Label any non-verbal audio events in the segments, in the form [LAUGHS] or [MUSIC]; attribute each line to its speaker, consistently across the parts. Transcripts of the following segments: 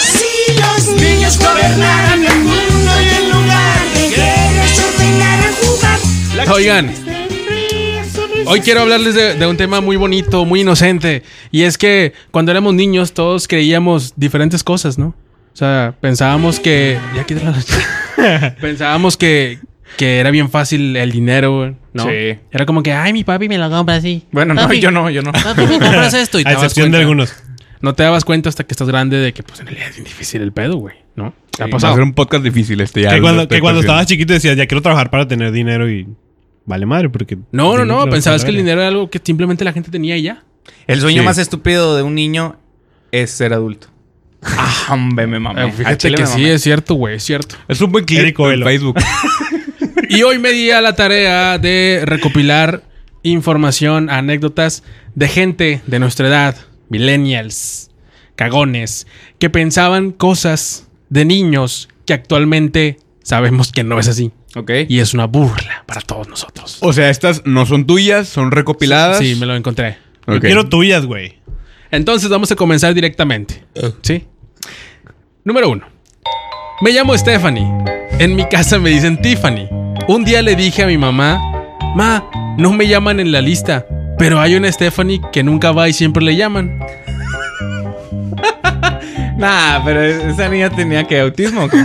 Speaker 1: Si los niños gobernaran el mundo y en lugar de guerras ordenaran jugar.
Speaker 2: Oigan, hoy quiero hablarles de, de un tema muy bonito, muy inocente. Y es que cuando éramos niños todos creíamos diferentes cosas, ¿no? O sea, pensábamos que... Ya quítala la-
Speaker 3: [LAUGHS]
Speaker 2: pensábamos que, que era bien fácil el dinero, güey, ¿no?
Speaker 3: Sí.
Speaker 2: Era como que, ay, mi papi me lo compra así.
Speaker 3: Bueno, no,
Speaker 2: Papi,
Speaker 3: yo no,
Speaker 4: [LAUGHS]
Speaker 3: yo no.
Speaker 2: Papi, me compras esto. Y te
Speaker 4: A
Speaker 2: dabas
Speaker 4: excepción
Speaker 2: cuenta.
Speaker 4: de algunos.
Speaker 2: No te dabas cuenta hasta que estás grande de que, pues, en realidad es bien difícil el pedo, güey, ¿no? ¿Te ha
Speaker 3: Sí, Va a
Speaker 2: pasado?
Speaker 3: ser un podcast difícil este ya.
Speaker 4: Que
Speaker 3: al
Speaker 4: cuando, que
Speaker 3: respecto,
Speaker 4: cuando
Speaker 3: sí.
Speaker 4: estabas chiquito decías, ya quiero trabajar para tener dinero y... Vale madre, porque... pues,
Speaker 2: No, no,
Speaker 4: dinero
Speaker 2: no.
Speaker 4: lo
Speaker 2: Pensabas
Speaker 4: vas a
Speaker 2: que el
Speaker 4: ver.
Speaker 2: dinero era algo que simplemente la gente tenía y ya.
Speaker 3: El
Speaker 4: sueño más
Speaker 3: estúpido de un niño es ser adulto. Ah, hombre, me mamé.
Speaker 2: Eh, fíjate que sí, es cierto, güey, es cierto.
Speaker 3: Es un buen clip
Speaker 4: Eric
Speaker 3: en
Speaker 4: Coelho. [LAUGHS]
Speaker 3: Facebook.
Speaker 2: Y hoy me di a la tarea de recopilar información, anécdotas de gente de nuestra edad, millennials, cagones, que pensaban cosas de niños que actualmente sabemos que no es así.
Speaker 3: ok.
Speaker 2: Y es una burla para todos nosotros.
Speaker 3: O sea, estas no son tuyas, son recopiladas.
Speaker 2: Sí, me lo encontré.
Speaker 4: Yo
Speaker 3: Ok.
Speaker 4: quiero tuyas, güey.
Speaker 2: Entonces vamos a comenzar directamente. ¿Sí? Número uno. Me llamo Stephanie. En mi casa me dicen Tiffany. Un día le dije a mi mamá, Ma, no me llaman en la lista, pero hay una Stephanie que nunca va y siempre le llaman.
Speaker 5: Nah, pero esa niña tenía que autismo. ¿o qué?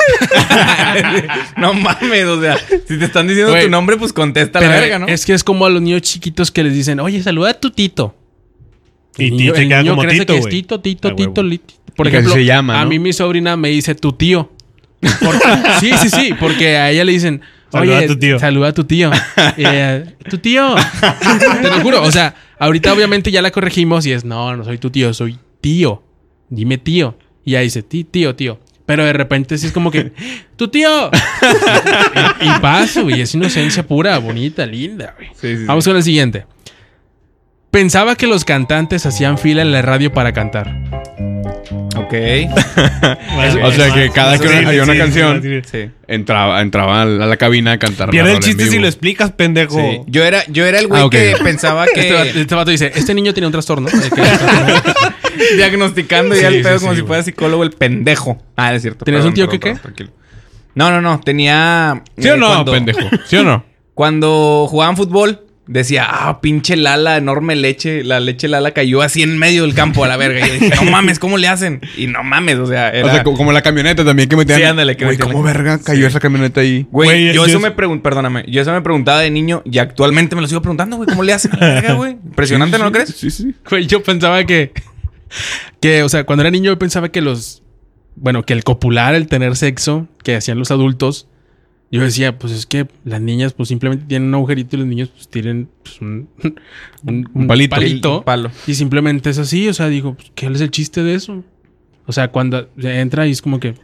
Speaker 5: [LAUGHS] no mames, o sea, si te están diciendo
Speaker 2: Güey.
Speaker 5: tu nombre, pues contesta
Speaker 2: Pero
Speaker 5: la verga, ¿no?
Speaker 2: Es que es como a los niños chiquitos que les dicen, oye, saluda a tu tito.
Speaker 4: Y
Speaker 2: El
Speaker 4: ti
Speaker 2: niño-
Speaker 4: se
Speaker 2: el
Speaker 4: queda
Speaker 2: niño
Speaker 4: como
Speaker 2: crece
Speaker 4: tito,
Speaker 2: que es
Speaker 4: güey.
Speaker 2: Tito, tito,
Speaker 4: Ah,
Speaker 2: tito,
Speaker 4: huevo.
Speaker 2: li- Por
Speaker 3: Y que así
Speaker 2: ejemplo,
Speaker 3: se llama,
Speaker 2: a
Speaker 3: ¿no?
Speaker 2: mí mi sobrina me dice tu tío. Porque- [LAUGHS] sí, sí, sí, porque a ella le dicen,
Speaker 4: Saluda
Speaker 2: oye,
Speaker 4: a tu tío".
Speaker 2: saluda a tu tío. Y ella, tu tío. Te lo juro, o sea, ahorita obviamente ya la corregimos y es, no, no soy tu tío, soy tío. Dime tío. Y ella dice, "Ti- tío, tío. Pero de repente sí es como que, tu tío.
Speaker 4: [LAUGHS]
Speaker 2: y, y paso, y es inocencia pura, bonita, linda, güey.
Speaker 3: Sí, sí, sí.
Speaker 2: Vamos con el siguiente. Pensaba que los cantantes hacían fila en la radio para cantar.
Speaker 5: Ok.
Speaker 4: Bueno,
Speaker 3: o sea,
Speaker 4: sí,
Speaker 3: que
Speaker 4: sí,
Speaker 3: cada
Speaker 4: sí,
Speaker 3: que
Speaker 4: sí,
Speaker 3: había una
Speaker 4: sí,
Speaker 3: canción,
Speaker 4: sí, sí.
Speaker 5: Sí.
Speaker 3: entraba, entraba a la cabina a cantar.
Speaker 4: Pierde el
Speaker 3: rola en
Speaker 4: chiste si
Speaker 3: vivo.
Speaker 4: lo explicas, pendejo.
Speaker 5: Sí. Yo era, yo era el güey
Speaker 3: Ah, ok.
Speaker 5: que pensaba
Speaker 2: [LAUGHS] Este, vato,
Speaker 5: que
Speaker 2: este vato dice, este niño tiene un [LAUGHS] trastorno. Eh, que-
Speaker 5: diagnosticando ya
Speaker 4: Sí,
Speaker 5: el pedo
Speaker 4: sí, sí,
Speaker 5: como si
Speaker 4: güey.
Speaker 5: fuera psicólogo el pendejo. Ah, es cierto.
Speaker 2: ¿Tenías
Speaker 5: perdón,
Speaker 2: un tío que
Speaker 5: perdón,
Speaker 2: qué?
Speaker 5: perdón, tranquilo. No, no, no. Tenía.
Speaker 3: ¿Sí
Speaker 5: eh,
Speaker 3: o no,
Speaker 5: cuando-
Speaker 3: pendejo? ¿Sí o no?
Speaker 5: Cuando jugaban fútbol, decía, ah, pinche Lala, enorme leche. La leche Lala cayó así en medio del campo a la verga. Y yo dije,
Speaker 3: [LAUGHS]
Speaker 5: no mames, ¿cómo le hacen? Y no mames, o sea, era...
Speaker 3: O sea, co- como la camioneta también que metían.
Speaker 5: Sí, ándale, que
Speaker 3: Güey,
Speaker 5: metían-
Speaker 3: ¿cómo verga cayó esa camioneta ahí?
Speaker 5: Güey,
Speaker 4: Güey,
Speaker 5: yo
Speaker 4: yo-
Speaker 5: eso me preguntaba, perdóname, yo eso me preguntaba de niño y actualmente me lo sigo preguntando, güey, ¿cómo le hacen a la verga, güey? Impresionante, ¿no lo crees?
Speaker 3: [LAUGHS] Sí, sí.
Speaker 2: Güey, yo pensaba que, que, o sea, cuando era niño yo pensaba que los, bueno, que el copular, el tener sexo, que hacían los adultos, yo decía, pues es que las niñas pues simplemente tienen un agujerito y los niños pues tienen pues, un, [LAUGHS] un- un
Speaker 3: palito.
Speaker 5: Un palo.
Speaker 2: Y simplemente es así, o sea, digo, pues, ¿qué es el chiste de eso? O sea, cuando entra y es como que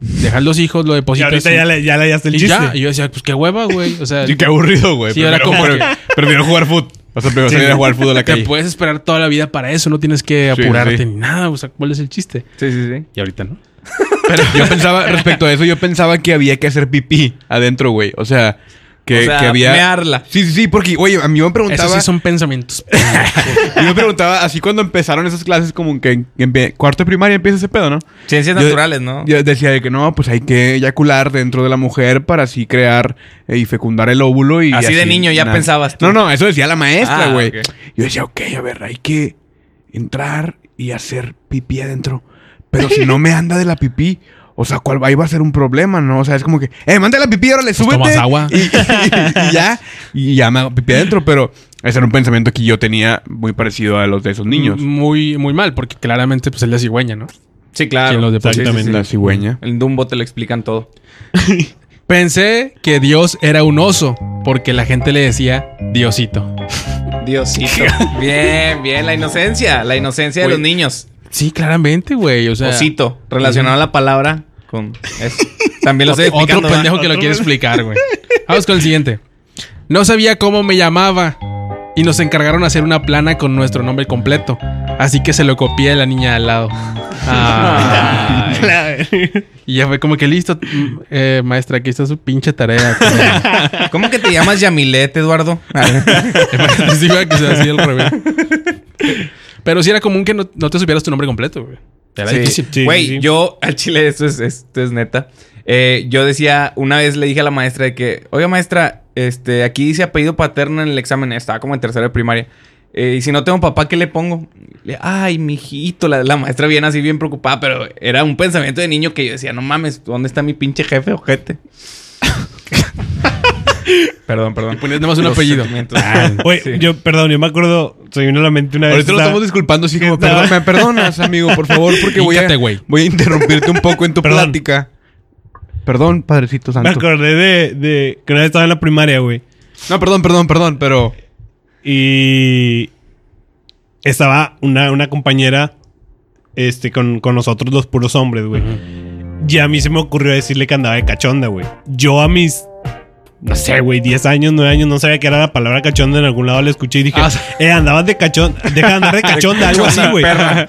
Speaker 2: dejas los hijos, lo
Speaker 4: Y
Speaker 2: depositas.
Speaker 4: ahorita
Speaker 2: y-
Speaker 4: ya le, ya le hallaste el
Speaker 2: pues y
Speaker 4: chiste.
Speaker 2: ya,
Speaker 4: [LAUGHS]
Speaker 2: y yo decía, pues qué hueva, güey. O
Speaker 3: [LAUGHS]
Speaker 2: sea,
Speaker 3: Y qué aburrido, güey.
Speaker 2: Sí, era
Speaker 3: Prefiero
Speaker 2: como
Speaker 3: jugar- Prefiero jugar fútbol. O sea, prefiero salir a jugar fútbol a la
Speaker 2: te
Speaker 3: calle.
Speaker 2: puedes esperar toda la vida para eso, no tienes que
Speaker 3: Sí,
Speaker 2: apurarte
Speaker 3: sí.
Speaker 2: ni nada, o sea, ¿cuál es el chiste?
Speaker 5: Sí, sí, sí.
Speaker 2: Y ahorita no.
Speaker 3: Pero
Speaker 5: [LAUGHS]
Speaker 3: yo pensaba, respecto a eso, yo pensaba que había que hacer pipí adentro, güey. O sea, que,
Speaker 5: O sea,
Speaker 3: que había.
Speaker 5: mearla.
Speaker 3: Sí, sí, sí, porque, oye, a mí me preguntaba.
Speaker 2: Esos sí son pensamientos.
Speaker 3: Yo me preguntaba, así cuando empezaron esas clases, como que en, en pe- cuarto de primaria empieza ese pedo, ¿no?
Speaker 5: Ciencias
Speaker 3: Yo-
Speaker 5: naturales, ¿no?
Speaker 3: Yo decía de que no, pues hay que eyacular dentro de la mujer para así crear eh, y fecundar el óvulo y.
Speaker 5: Así de niño ya pensabas tú.
Speaker 3: No, no, eso decía la maestra,
Speaker 5: Ah,
Speaker 3: güey.
Speaker 5: ok.
Speaker 3: Yo decía, ok, a ver, hay que entrar y hacer pipí adentro. Pero si no me anda de la pipí. O sea, ¿cuál va? Ahí va a ser un problema, ¿no? O sea, es como que, eh, manda la pipí, órale, súbete.
Speaker 2: Pues tomas agua.
Speaker 3: Y, y- y ya, y ya me hago pipí adentro. Pero ese era un pensamiento que yo tenía muy parecido a los de esos niños.
Speaker 5: Mm,
Speaker 2: Muy, muy mal, porque claramente pues es la cigüeña, ¿no?
Speaker 5: Sí, claro.
Speaker 2: ¿Quién los deposita?
Speaker 5: Sí, sí, sí.
Speaker 3: La cigüeña.
Speaker 5: En Dumbo te lo explican todo.
Speaker 2: Pensé que Dios era un oso, porque la gente le decía Diosito.
Speaker 5: Diosito. bien, bien, la inocencia, la inocencia de
Speaker 2: Güey.
Speaker 5: los niños.
Speaker 2: Sí, claramente, güey. O sea,
Speaker 5: Osito, relacionado a la palabra con eso.
Speaker 2: [LAUGHS]
Speaker 5: También lo estoy
Speaker 2: otro,
Speaker 5: explicando.
Speaker 2: otro
Speaker 5: ¿va?
Speaker 2: pendejo que lo
Speaker 4: Otro
Speaker 2: quiere
Speaker 4: pendejo.
Speaker 2: explicar,
Speaker 5: [LAUGHS]
Speaker 2: güey. Vamos con el siguiente. No sabía cómo me llamaba y nos encargaron de hacer una plana con nuestro nombre completo. Así que se lo copié a la niña de al lado. Ah. [LAUGHS] y ya fue como que listo, mm, eh, maestra, aquí está su pinche tarea. [LAUGHS]
Speaker 5: ¿Cómo que te llamas Yamilet, Eduardo?
Speaker 2: Sí, güey, que se hacía al revés. Pero sí era común que no, no te supieras tu nombre completo, güey. Era
Speaker 5: Sí.
Speaker 2: difícil.
Speaker 4: Sí,
Speaker 5: Güey,
Speaker 4: sí, sí.
Speaker 5: yo al chile, esto es, esto es neta. Eh, yo decía, una vez le dije a la maestra de que, oiga maestra, este, aquí dice apellido paterno en el examen, estaba como en tercero de primaria. Eh, y si no tengo papá, ¿qué le pongo? Le, Ay, mijito, la, la maestra viene así bien preocupada, pero era un pensamiento de niño que yo decía, no mames, ¿dónde está mi pinche jefe, ojete? perdón, perdón.
Speaker 2: Ponías nada más un
Speaker 5: Los
Speaker 2: apellido. Ah.
Speaker 5: sentimientos.
Speaker 4: Güey,
Speaker 5: Sí.
Speaker 4: yo, perdón, yo me acuerdo, se me vino a la mente una vez.
Speaker 3: Ahorita lo
Speaker 4: estaba-
Speaker 3: estamos disculpando así como,
Speaker 4: Estaba-
Speaker 3: perdón, me perdonas, amigo, por favor, porque voy a,
Speaker 2: Híncate, güey.
Speaker 3: voy a interrumpirte un poco en tu
Speaker 4: Perdón.
Speaker 3: plática. Perdón, Padrecito
Speaker 4: Me
Speaker 3: Santo.
Speaker 4: acordé de, de que una vez estaba en la primaria, güey.
Speaker 3: No, perdón, perdón, perdón, pero...
Speaker 4: Y estaba una, una compañera este, con, con nosotros los puros hombres, güey. Y a mí se me ocurrió decirle que andaba de cachonda, güey. Yo a mis, no sé, güey, 10 años, 9 años, no sabía que era la palabra cachonda. En algún lado la escuché y dije,
Speaker 2: Ah, sí.
Speaker 4: eh, andabas de cachonda, deja [LAUGHS] de andar de cachonda, algo así, güey.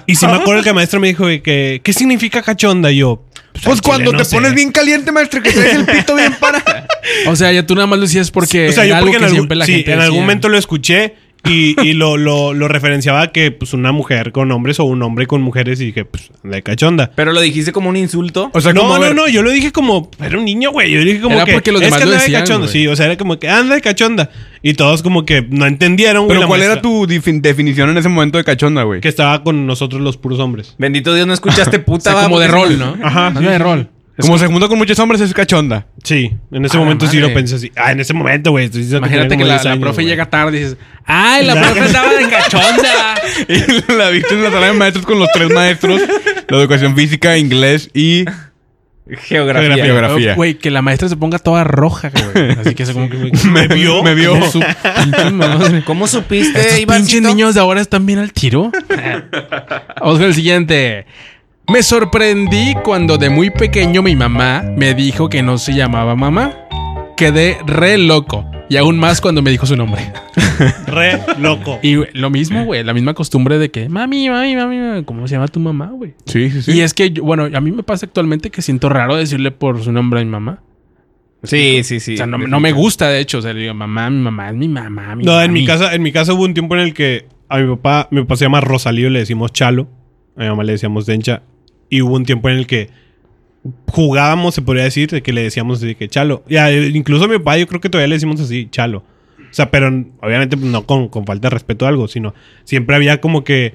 Speaker 4: Y si me [LAUGHS] acuerdo que el maestro me dijo, güey, que, ¿qué significa cachonda? Y yo, al
Speaker 3: Pues
Speaker 4: chile
Speaker 3: cuando
Speaker 4: no
Speaker 3: te
Speaker 4: sé.
Speaker 3: pones bien caliente, maestro, que traes el pito bien [LAUGHS] para...
Speaker 2: O sea, ya tú nada más lo decías porque
Speaker 4: O sea, yo
Speaker 2: era algo
Speaker 4: porque
Speaker 2: que
Speaker 4: en algún,
Speaker 2: siempre la
Speaker 4: sí,
Speaker 2: gente
Speaker 4: en algún
Speaker 2: decía.
Speaker 4: momento lo escuché y, y lo, lo, lo referenciaba a que pues una mujer con hombres o un hombre con mujeres y dije, pues, anda de cachonda.
Speaker 5: Pero lo dijiste como un insulto.
Speaker 3: O sea,
Speaker 4: no,
Speaker 3: como, a
Speaker 4: no,
Speaker 3: ver,
Speaker 4: no, yo lo dije como, era un niño, güey. Yo dije como
Speaker 2: Era
Speaker 4: que.
Speaker 2: porque los
Speaker 4: es
Speaker 2: demás
Speaker 4: que
Speaker 2: lo
Speaker 4: anda de
Speaker 2: decían,
Speaker 4: cachonda.
Speaker 2: güey.
Speaker 4: Sí, o sea, era como que anda de cachonda. Y todos como que no entendieron, güey.
Speaker 3: Pero
Speaker 4: la
Speaker 3: ¿cuál era
Speaker 4: maestra,
Speaker 3: tu defin- definición en ese momento de cachonda, güey?
Speaker 4: Que estaba con nosotros los puros hombres.
Speaker 5: Bendito Dios,
Speaker 2: [LAUGHS]
Speaker 5: no escuchaste
Speaker 2: O
Speaker 5: puta.
Speaker 2: sea, como de
Speaker 5: porque-
Speaker 2: rol, ¿no?
Speaker 4: Ajá,
Speaker 2: Anda
Speaker 4: sí,
Speaker 2: de
Speaker 4: sí,
Speaker 2: rol.
Speaker 3: Como se junta con muchos hombres es cachonda.
Speaker 4: Sí, en ese
Speaker 2: A la
Speaker 4: momento sí
Speaker 2: madre.
Speaker 4: lo pensé así. Ah, en ese momento, güey. estoy diciendo
Speaker 2: Imagínate
Speaker 4: tenía
Speaker 2: que
Speaker 4: como
Speaker 2: la,
Speaker 4: 10
Speaker 2: la
Speaker 4: años,
Speaker 2: profe
Speaker 4: güey.
Speaker 2: llega tarde y dices, ¡ay, la
Speaker 4: La-
Speaker 2: profe estaba de cachonda!
Speaker 3: [LAUGHS] Y la viste en la sala de maestros con los tres maestros. La educación física, inglés y
Speaker 5: Geografía.
Speaker 4: Geografía.
Speaker 3: geografía.
Speaker 2: Güey, que la maestra se ponga toda roja, güey. Así que eso como que...
Speaker 3: [LAUGHS] me vio, me [LAUGHS] vio.
Speaker 2: [LAUGHS] Su pinche madre.
Speaker 5: ¿Cómo supiste,
Speaker 2: Estos pinches
Speaker 5: Ivancito?
Speaker 2: niños de ahora están bien al tiro. [LAUGHS] Vamos con el siguiente. Me sorprendí cuando de muy pequeño mi mamá me dijo que no se llamaba mamá. Quedé re loco. Y aún más cuando me dijo su nombre.
Speaker 4: Re loco.
Speaker 2: Y güey, lo mismo, güey. La misma costumbre de que, mami, mami, mami, mami, ¿cómo se llama tu mamá, güey?
Speaker 3: Sí, sí, sí.
Speaker 2: Y es que, yo- bueno, a mí me pasa actualmente que siento raro decirle por su nombre a mi mamá.
Speaker 5: Sí, sí, sí.
Speaker 2: O sea, no, no me gusta, de hecho. O sea, le digo, mamá, mi mamá, es mi mamá, mi
Speaker 4: No, en
Speaker 2: mami".
Speaker 4: mi casa, en mi casa hubo un tiempo en el que a mi papá, mi papá se llama Rosalío, le decimos Chalo, a mi mamá le decíamos Dencha, y hubo un tiempo en el que jugábamos, se podría decir, de que le decíamos de que Chalo. Ya, eh, incluso a mi papá yo creo que todavía le decimos así, Chalo. O sea, pero n- obviamente pues, no con, con falta de respeto o algo, sino siempre había como que,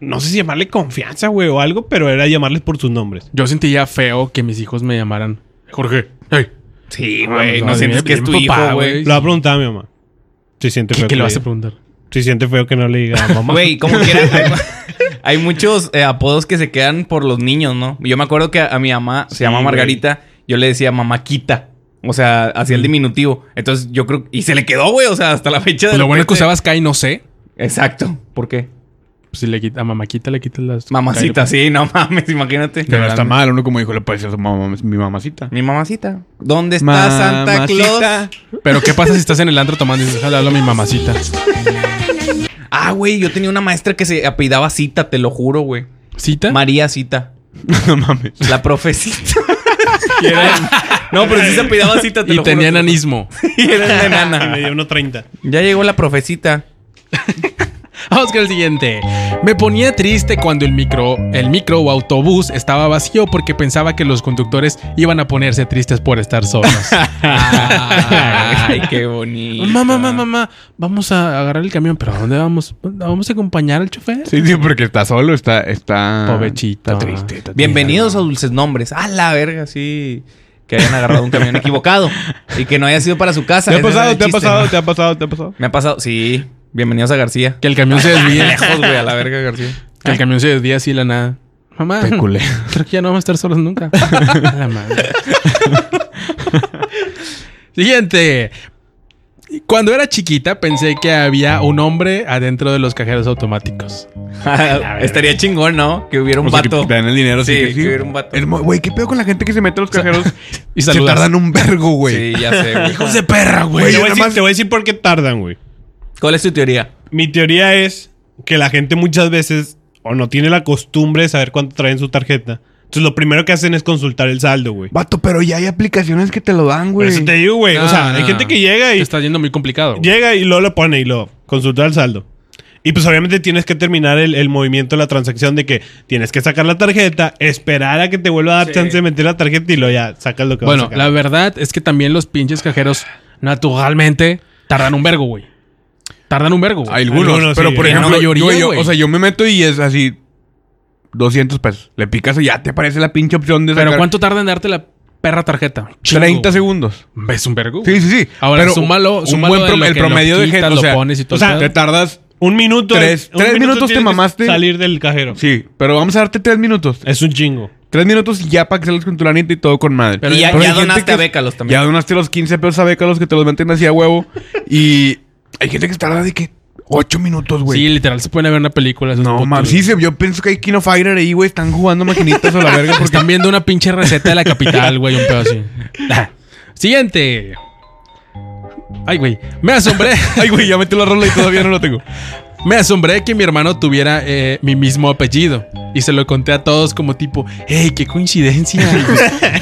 Speaker 4: no sé si llamarle confianza, güey, o algo, pero era llamarles por sus nombres.
Speaker 2: Yo sentía feo que mis hijos me llamaran Jorge. Hey.
Speaker 5: Sí, güey.
Speaker 2: Ah,
Speaker 5: No
Speaker 2: no,
Speaker 5: sientes
Speaker 2: bien,
Speaker 5: que es tu
Speaker 2: bien
Speaker 5: hijo,
Speaker 2: papá,
Speaker 5: güey.
Speaker 2: güey.
Speaker 4: Lo va a preguntar a mi mamá. Si siente
Speaker 2: ¿Qué, qué
Speaker 4: feo que
Speaker 2: le
Speaker 4: le
Speaker 2: vas a
Speaker 4: diga-
Speaker 2: preguntar?
Speaker 4: si siente feo que no le diga
Speaker 2: [LAUGHS]
Speaker 4: mamá.
Speaker 5: Güey, como quieras. hay- [LAUGHS] Hay muchos eh, apodos que se quedan por los niños, ¿no? Yo me acuerdo que a, a mi mamá, se
Speaker 4: Sí,
Speaker 5: llama
Speaker 4: güey.
Speaker 5: Margarita, yo le decía mamaquita. O sea, hacía
Speaker 2: Mm.
Speaker 5: el diminutivo. Entonces yo creo... Y se le quedó, güey. O sea, hasta la fecha de...
Speaker 2: Lo bueno es que
Speaker 5: repente-
Speaker 2: usabas Kai, no sé.
Speaker 5: Exacto. ¿Por qué?
Speaker 2: Pues si le quita, a mamaquita le quitas las.
Speaker 5: Mamacita, sí. No [LAUGHS] mames, imagínate.
Speaker 3: Pero está mal, uno como dijo, le puede decir a su mamá, mi mamacita.
Speaker 5: Mi mamacita. ¿Dónde está Santa
Speaker 3: Mamacita.
Speaker 5: Claus?
Speaker 2: Pero ¿qué pasa si estás en el antro tomando y dices, "Ojalá hablo a
Speaker 1: [LAUGHS]
Speaker 2: mi mamacita?
Speaker 5: Ah, güey. Yo tenía una maestra que se apellidaba Cita, te lo juro, güey.
Speaker 2: ¿Cita? [LAUGHS]
Speaker 5: María Cita.
Speaker 3: [LAUGHS] No mames.
Speaker 5: La profecita.
Speaker 2: Ah,
Speaker 5: no, pero sí se apellidaba cita, te
Speaker 2: y
Speaker 5: lo juro.
Speaker 2: tenía nanismo.
Speaker 5: [LAUGHS] Y era enana.
Speaker 4: [LAUGHS] Y me dio 1.30.
Speaker 5: Ya llegó la profecita.
Speaker 2: [LAUGHS] Vamos con el siguiente. Me ponía triste cuando el micro, el micro o autobús estaba vacío porque pensaba que los conductores iban a ponerse tristes por estar [LAUGHS] solos.
Speaker 5: Ay, qué bonito.
Speaker 2: mamá, mamá, mamá, vamos a agarrar el camión, pero ¿a dónde vamos? ¿Vamos a acompañar al chofer?
Speaker 3: Sí, sí, porque está solo, está... está
Speaker 2: Pobrecito.
Speaker 3: Está triste. está
Speaker 5: Bienvenidos a Dulces Nombres. A la verga, sí. Que hayan agarrado un camión equivocado y que no haya sido para su casa.
Speaker 3: triste.
Speaker 5: Ese era el chiste, ¿no?
Speaker 3: te ha pasado, te ha pasado.
Speaker 5: Me ha pasado, sí. Bienvenidos a García.
Speaker 2: [LAUGHS] Que el camión se
Speaker 4: [LAUGHS]
Speaker 2: desvíe.
Speaker 5: Lejos, güey, a la verga, García.
Speaker 2: que el camión se desvíe así de la nada. Mamá,
Speaker 3: Te [LAUGHS] culé.
Speaker 2: Creo que ya no vamos a estar solos
Speaker 3: [LAUGHS]
Speaker 2: nunca. A la madre. Siguiente. Cuando era chiquita pensé que había un hombre adentro de los cajeros automáticos.
Speaker 5: Estaría chingón, ¿no? Que hubiera un
Speaker 3: O sea, que
Speaker 5: vato.
Speaker 3: te dan Pues el dinero. así
Speaker 5: Sí,
Speaker 3: que sí.
Speaker 5: que hubiera un vato.
Speaker 3: Es mo- Güey, ¿qué pedo con la gente que se mete a los cajeros? [LAUGHS]
Speaker 2: Y
Speaker 3: se
Speaker 2: saludas.
Speaker 3: tardan un vergo, güey.
Speaker 5: Sí, ya sé, [LAUGHS] güey.
Speaker 2: Hijos de perra,
Speaker 4: Güey,
Speaker 2: güey.
Speaker 4: te, voy
Speaker 3: Pues,
Speaker 4: a
Speaker 3: nada
Speaker 4: decir-
Speaker 3: más-
Speaker 4: te voy a decir por qué tardan, güey.
Speaker 5: ¿Cuál es tu teoría?
Speaker 4: Mi teoría es que la gente muchas veces o no tiene la costumbre de saber cuánto trae en su tarjeta. Entonces lo primero que hacen es consultar el saldo, güey.
Speaker 3: Vato, pero ya hay aplicaciones que te lo dan,
Speaker 4: Por
Speaker 3: güey.
Speaker 4: eso te digo, güey. Eh, o
Speaker 2: No,
Speaker 4: sea, hay
Speaker 2: no.
Speaker 4: gente que llega y
Speaker 2: Te está yendo muy complicado. güey.
Speaker 4: llega y luego lo pone y lo consulta el saldo. Y pues obviamente tienes que terminar el, el movimiento, la transacción de que tienes que sacar la tarjeta, esperar a que te vuelva a dar chance de meter la tarjeta y luego ya sacas lo que vas a
Speaker 2: Bueno,
Speaker 4: sacar.
Speaker 2: la verdad es que también los pinches cajeros, naturalmente, tardan un vergo, güey. Tardan un vergo. güey.
Speaker 3: Algunos,
Speaker 4: Algunos,
Speaker 3: pero
Speaker 4: sí.
Speaker 3: por
Speaker 2: La
Speaker 3: ejemplo,
Speaker 2: mayoría,
Speaker 3: yo- yo-
Speaker 2: güey.
Speaker 3: o sea, yo me meto y es así 200 pesos. Le picas y ya te aparece la pinche opción de
Speaker 2: Pero
Speaker 3: sacar
Speaker 2: ¿cuánto tarda en darte la perra tarjeta? Chingo,
Speaker 3: 30
Speaker 2: güey.
Speaker 3: segundos.
Speaker 2: ¿Ves un vergo? güey.
Speaker 3: Sí, sí, sí.
Speaker 2: Ahora,
Speaker 3: Pero
Speaker 2: súmalo,
Speaker 3: un
Speaker 2: súmalo
Speaker 3: buen
Speaker 2: de
Speaker 3: prom-
Speaker 2: lo
Speaker 3: el
Speaker 2: que lo
Speaker 3: promedio de
Speaker 2: quitas,
Speaker 3: gente,
Speaker 2: lo
Speaker 3: o sea,
Speaker 2: pones y todo
Speaker 4: o sea,
Speaker 2: el
Speaker 3: Te
Speaker 2: pedo.
Speaker 3: tardas
Speaker 4: Un minuto.
Speaker 3: Tres-
Speaker 4: un
Speaker 3: tres
Speaker 4: minuto
Speaker 3: minutos te
Speaker 4: tienes que
Speaker 3: mamaste.
Speaker 4: Salir del cajero.
Speaker 3: Sí, pero vamos a darte tres minutos.
Speaker 4: Es un chingo.
Speaker 3: Tres minutos y ya para que salgas con tu lanita y todo con madre.
Speaker 2: Pero
Speaker 5: y ya,
Speaker 3: hay
Speaker 5: ya
Speaker 3: gente
Speaker 5: donaste
Speaker 3: que
Speaker 5: a
Speaker 3: es-
Speaker 5: Bécalos también.
Speaker 3: Ya donaste los 15 pesos a Bécalos que te los meten así a huevo. y hay gente que tarda de que 8 minutos, güey.
Speaker 2: Sí, literal, se pueden ver una película. esos
Speaker 3: no,
Speaker 2: putos,
Speaker 3: mames.
Speaker 2: güey.
Speaker 3: Sí, se- yo pienso que hay Kino Fighter ahí, güey. Están jugando maquinitas a la verga.
Speaker 5: [LAUGHS]
Speaker 3: Porque...
Speaker 2: Están viendo una pinche receta de la capital, güey, un pedo así. Ah, Siguiente. Ay, güey. Me [LAUGHS] asombré.
Speaker 3: Ay, güey, ya metí la rola y todavía no lo tengo.
Speaker 2: Me asombré que mi hermano tuviera eh, mi mismo apellido. Y se lo conté a todos como tipo, hey, qué coincidencia.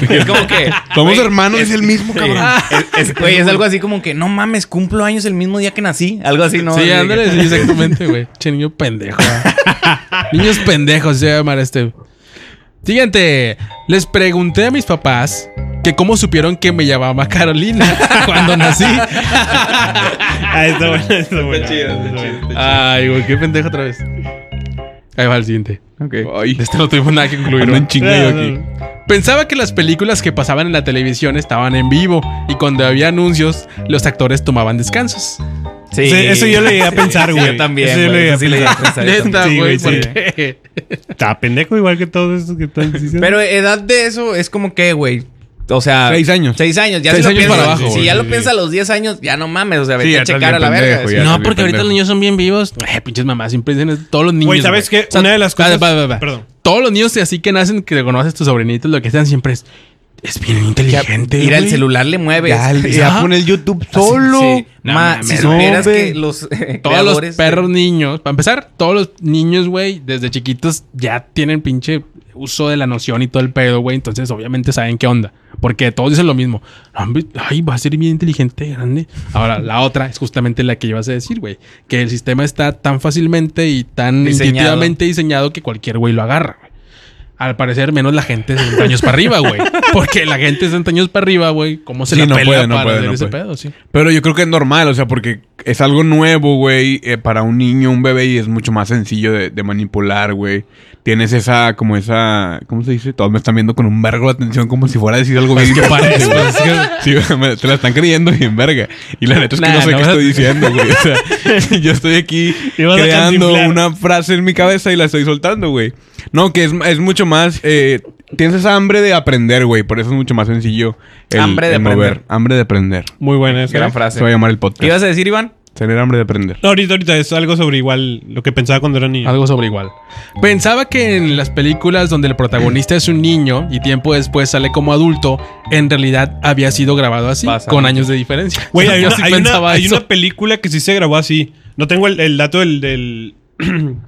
Speaker 2: [LAUGHS]
Speaker 5: Es como que.
Speaker 3: Somos
Speaker 5: Ah, güey,
Speaker 3: hermanos, es, el mismo, cabrón.
Speaker 5: Ah. Es, güey, es algo así como que, no mames, cumplo años el mismo día que nací. Algo así, ¿no?
Speaker 2: sí,
Speaker 5: De-
Speaker 2: ándale, sí, exactamente, güey. Che, niño pendejo. ¿verdad? Niños pendejos se va a llamar este. Siguiente. Les pregunté a mis papás que cómo supieron que me llamaba Carolina [LAUGHS] cuando nací.
Speaker 4: Ah, está bueno, está bueno. Está bueno.
Speaker 2: Ay, güey, qué pendejo otra vez. Ahí va el siguiente.
Speaker 3: Ay,
Speaker 2: De este no tuvimos nada que incluir.
Speaker 3: ando
Speaker 2: ¿no?
Speaker 3: en chinga yo aquí.
Speaker 2: Pensaba que las películas que pasaban en la televisión estaban en vivo y cuando había anuncios los actores tomaban descansos.
Speaker 5: Sí,
Speaker 4: Sí, eso yo lo llegué a
Speaker 5: Sí,
Speaker 4: pensar,
Speaker 5: sí,
Speaker 4: güey.
Speaker 5: yo también.
Speaker 4: Eso yo
Speaker 5: güey,
Speaker 4: lo llegué a
Speaker 5: sí
Speaker 4: pensar.
Speaker 5: a pensar, yo también.
Speaker 2: Neta,
Speaker 4: Sí,
Speaker 2: güey,
Speaker 4: güey,
Speaker 2: ¿por
Speaker 4: sí.
Speaker 2: qué?
Speaker 4: Está pendejo igual que todos estos que están diciendo.
Speaker 5: Pero edad de eso es como que, güey. O sea.
Speaker 3: Seis años.
Speaker 5: Seis años. Ya
Speaker 2: Seis
Speaker 5: si
Speaker 2: años
Speaker 5: lo piensas,
Speaker 2: para abajo,
Speaker 5: Si ya
Speaker 2: güey,
Speaker 5: lo
Speaker 2: sí,
Speaker 5: piensas a los 10 años, ya no mames. O sea, vete
Speaker 3: ya
Speaker 5: a
Speaker 3: estás
Speaker 5: checar a
Speaker 3: bien
Speaker 5: la verga.
Speaker 3: pendejo,
Speaker 5: sí.
Speaker 3: ya.
Speaker 2: No,
Speaker 3: bien
Speaker 2: porque ahorita
Speaker 3: pendejo.
Speaker 2: los niños son bien vivos. Eh, pinches mamás, siempre dicen eso, todos los niños.
Speaker 4: Güey, ¿sabes qué? Una de las
Speaker 2: va,
Speaker 4: cosas-
Speaker 2: va, va, va.
Speaker 4: Perdón.
Speaker 2: Todos los niños así que nacen, que conoces tus sobrinitos, lo que sean, siempre es. Es bien inteligente.
Speaker 5: Mira, el
Speaker 2: güey.
Speaker 5: celular le mueve.
Speaker 3: Ya,
Speaker 5: [LAUGHS]
Speaker 3: ya
Speaker 2: Ajá.
Speaker 3: pone el YouTube
Speaker 5: Así,
Speaker 3: solo.
Speaker 5: sí.
Speaker 2: No
Speaker 5: Ma,
Speaker 2: mames,
Speaker 5: si
Speaker 2: no,
Speaker 5: supieras
Speaker 3: hombre.
Speaker 5: que los eh,
Speaker 2: [LAUGHS] Todos
Speaker 5: creadores
Speaker 2: los
Speaker 5: de-
Speaker 2: perros niños, para empezar, todos los niños, güey, desde chiquitos ya tienen pinche uso de la noción y todo el pedo, güey. Entonces, obviamente saben qué onda. Porque todos dicen lo mismo. "Ah, Hombre, Ay, va a ser bien inteligente, grande. Ahora, la otra es justamente la que llevas a decir, güey. Que el sistema está tan fácilmente y tan
Speaker 5: Diseñado.
Speaker 2: intuitivamente diseñado que cualquier güey lo agarra, güey. Al parecer, menos la gente de 60 años para arriba, güey. [LAUGHS] Porque la gente de 60 años para arriba, güey, ¿cómo se
Speaker 3: Sí,
Speaker 2: la
Speaker 3: no
Speaker 2: pelea
Speaker 3: puede, no
Speaker 2: para
Speaker 3: puede,
Speaker 2: hacer
Speaker 3: no
Speaker 2: ese
Speaker 3: puede.
Speaker 2: pedo? Sí.
Speaker 3: Pero yo creo que es normal, o sea, porque es algo nuevo, güey, eh, para un niño, un bebé, y es mucho más sencillo de, de manipular, güey. Tienes esa, como esa, ¿cómo se dice? Todos me están viendo con un vergo de atención como si fuera a decir algo bien [LAUGHS]
Speaker 2: que parece,
Speaker 3: importante, güey.
Speaker 2: pues,
Speaker 3: Sí, güey, me- te la están creyendo bien verga. Y la neta es que
Speaker 2: Nah,
Speaker 3: no sé
Speaker 2: no
Speaker 3: qué
Speaker 2: vas a- [LAUGHS]
Speaker 3: estoy diciendo, güey. O sea, [LAUGHS] yo estoy aquí
Speaker 4: Y vas a
Speaker 3: creando
Speaker 4: cantinflar.
Speaker 3: una frase en mi cabeza y la estoy soltando, güey. No, que es, es mucho más... eh, Tienes esa hambre de aprender, güey. Por eso es mucho más sencillo. el-
Speaker 5: Hambre de
Speaker 3: el mover.
Speaker 5: aprender.
Speaker 3: Hambre de aprender.
Speaker 4: Muy buena esa.
Speaker 5: Gran
Speaker 4: ¿eh?
Speaker 2: Ah,
Speaker 5: frase.
Speaker 3: Se va a llamar el
Speaker 5: ¿Qué
Speaker 3: podcast.
Speaker 5: ibas a decir, Iván?
Speaker 3: Tener hambre de aprender.
Speaker 4: No, ahorita, ahorita es algo sobre igual lo que pensaba cuando era
Speaker 2: [LAUGHS]
Speaker 4: niño.
Speaker 2: Algo sobre igual. Pensaba que en las películas donde el protagonista es un niño y tiempo después sale como adulto, en realidad había sido grabado así,
Speaker 5: Pasa.
Speaker 2: con años de diferencia.
Speaker 4: Güey, hay,
Speaker 2: [LAUGHS] Yo
Speaker 4: una,
Speaker 2: sí
Speaker 4: hay una-
Speaker 2: pensaba
Speaker 4: hay
Speaker 2: eso.
Speaker 4: una película que sí se grabó así. No tengo el, el dato del, del-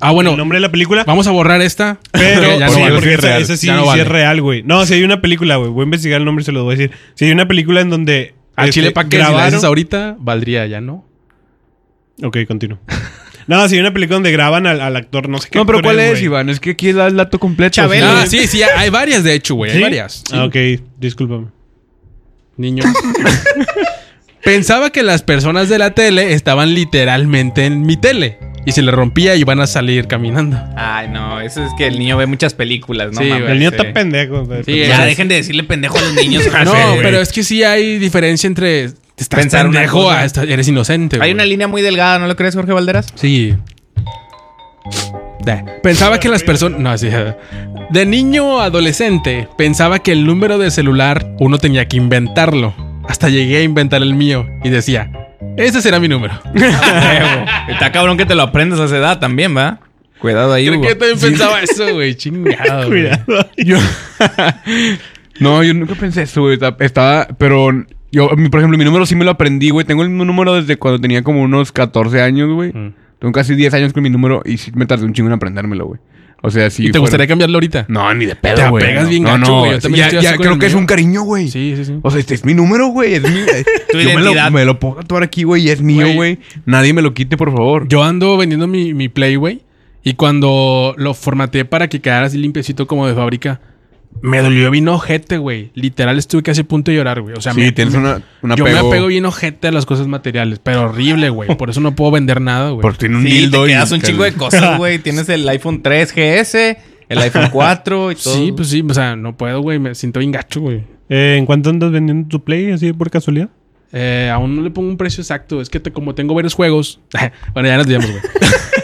Speaker 2: Ah, bueno,
Speaker 4: el nombre de la película.
Speaker 2: vamos a borrar esta.
Speaker 4: [LAUGHS]
Speaker 2: [LAUGHS]
Speaker 4: Pero
Speaker 2: porque ya no
Speaker 4: sí,
Speaker 2: vale.
Speaker 4: porque
Speaker 3: Sí,
Speaker 4: esa,
Speaker 3: real.
Speaker 4: esa sí,
Speaker 2: Ya no
Speaker 4: sí
Speaker 2: vale.
Speaker 4: es real, güey. No, si hay una película, güey. Voy a investigar el nombre, se los voy a decir. Si hay una película en donde.
Speaker 2: A
Speaker 4: este,
Speaker 2: Chile pa' que si la
Speaker 4: grabaron.
Speaker 2: haces ahorita, valdría ya, ¿no?
Speaker 4: ok, continúo. no, si hay una película donde graban al, al actor, no sé qué.
Speaker 3: No, pero
Speaker 4: actor
Speaker 3: ¿cuál es,
Speaker 4: güey.
Speaker 3: Iván? Es que aquí da el dato completo.
Speaker 5: Chabelo.
Speaker 3: o sea,
Speaker 2: Ah, sí, sí, hay varias de hecho, güey.
Speaker 4: ¿Sí?
Speaker 2: Hay varias.
Speaker 4: Ah, ok, discúlpame.
Speaker 2: Niño. [LAUGHS] Pensaba que las personas de la tele estaban literalmente en mi tele. Y se le rompía y iban a salir caminando.
Speaker 5: Ay, no, eso es que el niño ve muchas películas, ¿no?
Speaker 2: Sí,
Speaker 5: mames,
Speaker 2: güey,
Speaker 4: El niño
Speaker 2: sí.
Speaker 4: está pendejo. güey.
Speaker 2: Sí,
Speaker 5: Ya, dejen de decirle pendejo a
Speaker 2: [LAUGHS]
Speaker 5: los niños.
Speaker 2: No,
Speaker 5: Ah, Sí, güey.
Speaker 2: pero es que sí hay diferencia entre estás
Speaker 5: Pensar una
Speaker 2: pendejo
Speaker 5: cosa.
Speaker 2: a esta- eres inocente.
Speaker 5: Hay
Speaker 2: güey.
Speaker 5: una línea muy delgada, ¿no lo crees, Jorge Valderas?
Speaker 2: Sí. Da. Pensaba que las personas. No, sí. De niño o adolescente, pensaba que el número de celular uno tenía que inventarlo. Hasta llegué a inventar el mío y decía: Ese será mi
Speaker 5: [LAUGHS]
Speaker 2: número.
Speaker 5: Está cabrón que te lo aprendas a esa edad también, ¿va? Cuidado ahí,
Speaker 2: Creo
Speaker 5: Hugo.
Speaker 2: que yo también pensaba eso, güey. Chingado.
Speaker 5: [LAUGHS]
Speaker 2: güey.
Speaker 4: Cuidado.
Speaker 3: Yo... no, yo nunca pensé eso, güey. Esta- Estaba... Pero yo, mi- por ejemplo, mi número sí me lo aprendí, güey. Tengo el mismo número desde cuando tenía como unos 14 años, güey.
Speaker 2: Mm.
Speaker 3: Tengo casi 10 años con mi número y sí me tardé un chingo en aprendérmelo, güey. O sea, si.
Speaker 2: ¿Y te
Speaker 3: fuera-
Speaker 2: gustaría cambiarlo ahorita?
Speaker 3: No, ni de
Speaker 2: Te
Speaker 3: pedo,
Speaker 2: la
Speaker 3: güey.
Speaker 2: pegas bien
Speaker 3: no,
Speaker 2: gacho,
Speaker 3: no,
Speaker 2: güey. Yo también
Speaker 3: ya,
Speaker 2: estoy
Speaker 3: ya
Speaker 2: así con
Speaker 3: creo
Speaker 2: el
Speaker 3: que es
Speaker 2: mío.
Speaker 3: un cariño, güey.
Speaker 2: Sí, sí, sí.
Speaker 3: O sea, este es mi número, güey. Es mi. eh,
Speaker 2: [LAUGHS]
Speaker 3: yo me
Speaker 5: identidad.
Speaker 3: lo, me lo puedo tatuar aquí, güey. y Es mío,
Speaker 2: Güey.
Speaker 3: güey. Nadie me lo quite, por favor.
Speaker 2: Yo ando vendiendo mi, mi Play, güey. Y cuando lo formateé para que quedara así limpiecito como de fábrica, me dolió bien ojete, güey. Literal estuve casi a punto de llorar, güey. O sea,
Speaker 3: sí,
Speaker 2: me-
Speaker 3: tienes una, un
Speaker 2: yo me
Speaker 3: apego
Speaker 2: apego bien ojete a las cosas materiales, pero horrible, güey. Por eso no puedo vender nada, güey.
Speaker 3: Por tiene un
Speaker 5: Sí, te
Speaker 3: dildo y-
Speaker 5: quedas un chingo de [LAUGHS] cosas, güey. Tienes el iPhone 3 GS, el iPhone 4 y todo.
Speaker 2: Sí, pues sí, o sea, no puedo, güey. Me siento bien gacho, güey.
Speaker 4: Eh, ¿En cuánto andas vendiendo tu Play así por casualidad?
Speaker 2: Eh, aún no le pongo un precio exacto. Es que te- como tengo varios juegos. [LAUGHS] bueno, ya nos digamos,
Speaker 3: [LAUGHS]
Speaker 2: güey.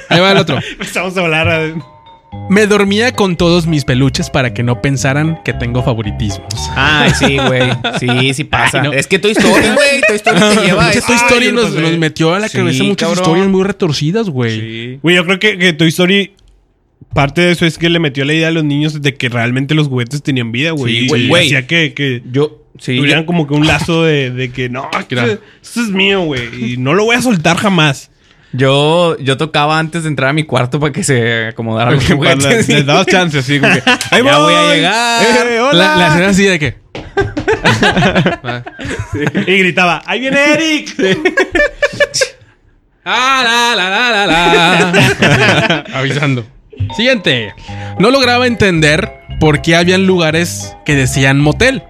Speaker 2: Ahí va el otro.
Speaker 4: Estamos a hablar. a-
Speaker 2: Me dormía con todos mis peluches para que no pensaran que tengo favoritismos.
Speaker 5: Ay, sí, güey. Sí, sí pasa.
Speaker 2: Ay, no.
Speaker 5: Es que Toy Story, güey. Toy Story te
Speaker 2: [LAUGHS]
Speaker 5: lleva. a
Speaker 2: Pinche
Speaker 5: eso.
Speaker 2: Toy Story
Speaker 4: yo lo
Speaker 2: nos,
Speaker 4: pasé.
Speaker 2: nos metió a la
Speaker 5: pues, Sí,
Speaker 2: cabeza muchas
Speaker 5: cabrón.
Speaker 2: historias muy retorcidas, güey.
Speaker 5: Sí.
Speaker 4: Güey, yo creo que, que Toy Story. Parte de eso es que le metió la idea a los niños de que realmente los juguetes tenían vida, güey.
Speaker 5: Sí,
Speaker 4: Y-
Speaker 5: güey.
Speaker 4: y
Speaker 5: Güey.
Speaker 4: Hacía que, que
Speaker 5: Yo, sí.
Speaker 4: tuvieran
Speaker 5: yo-
Speaker 4: como que un lazo de, de que no, esto, esto es mío, güey. Y no lo voy a soltar jamás.
Speaker 5: Yo, yo tocaba antes de entrar a mi cuarto para que se acomodara los
Speaker 4: [LAUGHS] Para la-
Speaker 5: juguetes.
Speaker 4: les dabas chance, así como que. ¡Ahí
Speaker 5: Ya voy a
Speaker 4: voy!
Speaker 5: llegar.
Speaker 4: Eh, hola.
Speaker 2: La, la escena así de que.
Speaker 4: [LAUGHS] Y gritaba, ¡ahí viene Eric!
Speaker 2: Ah, la, la, la, la, la. [LAUGHS] Avisando. Siguiente. No lograba entender por qué habían lugares que decían motel.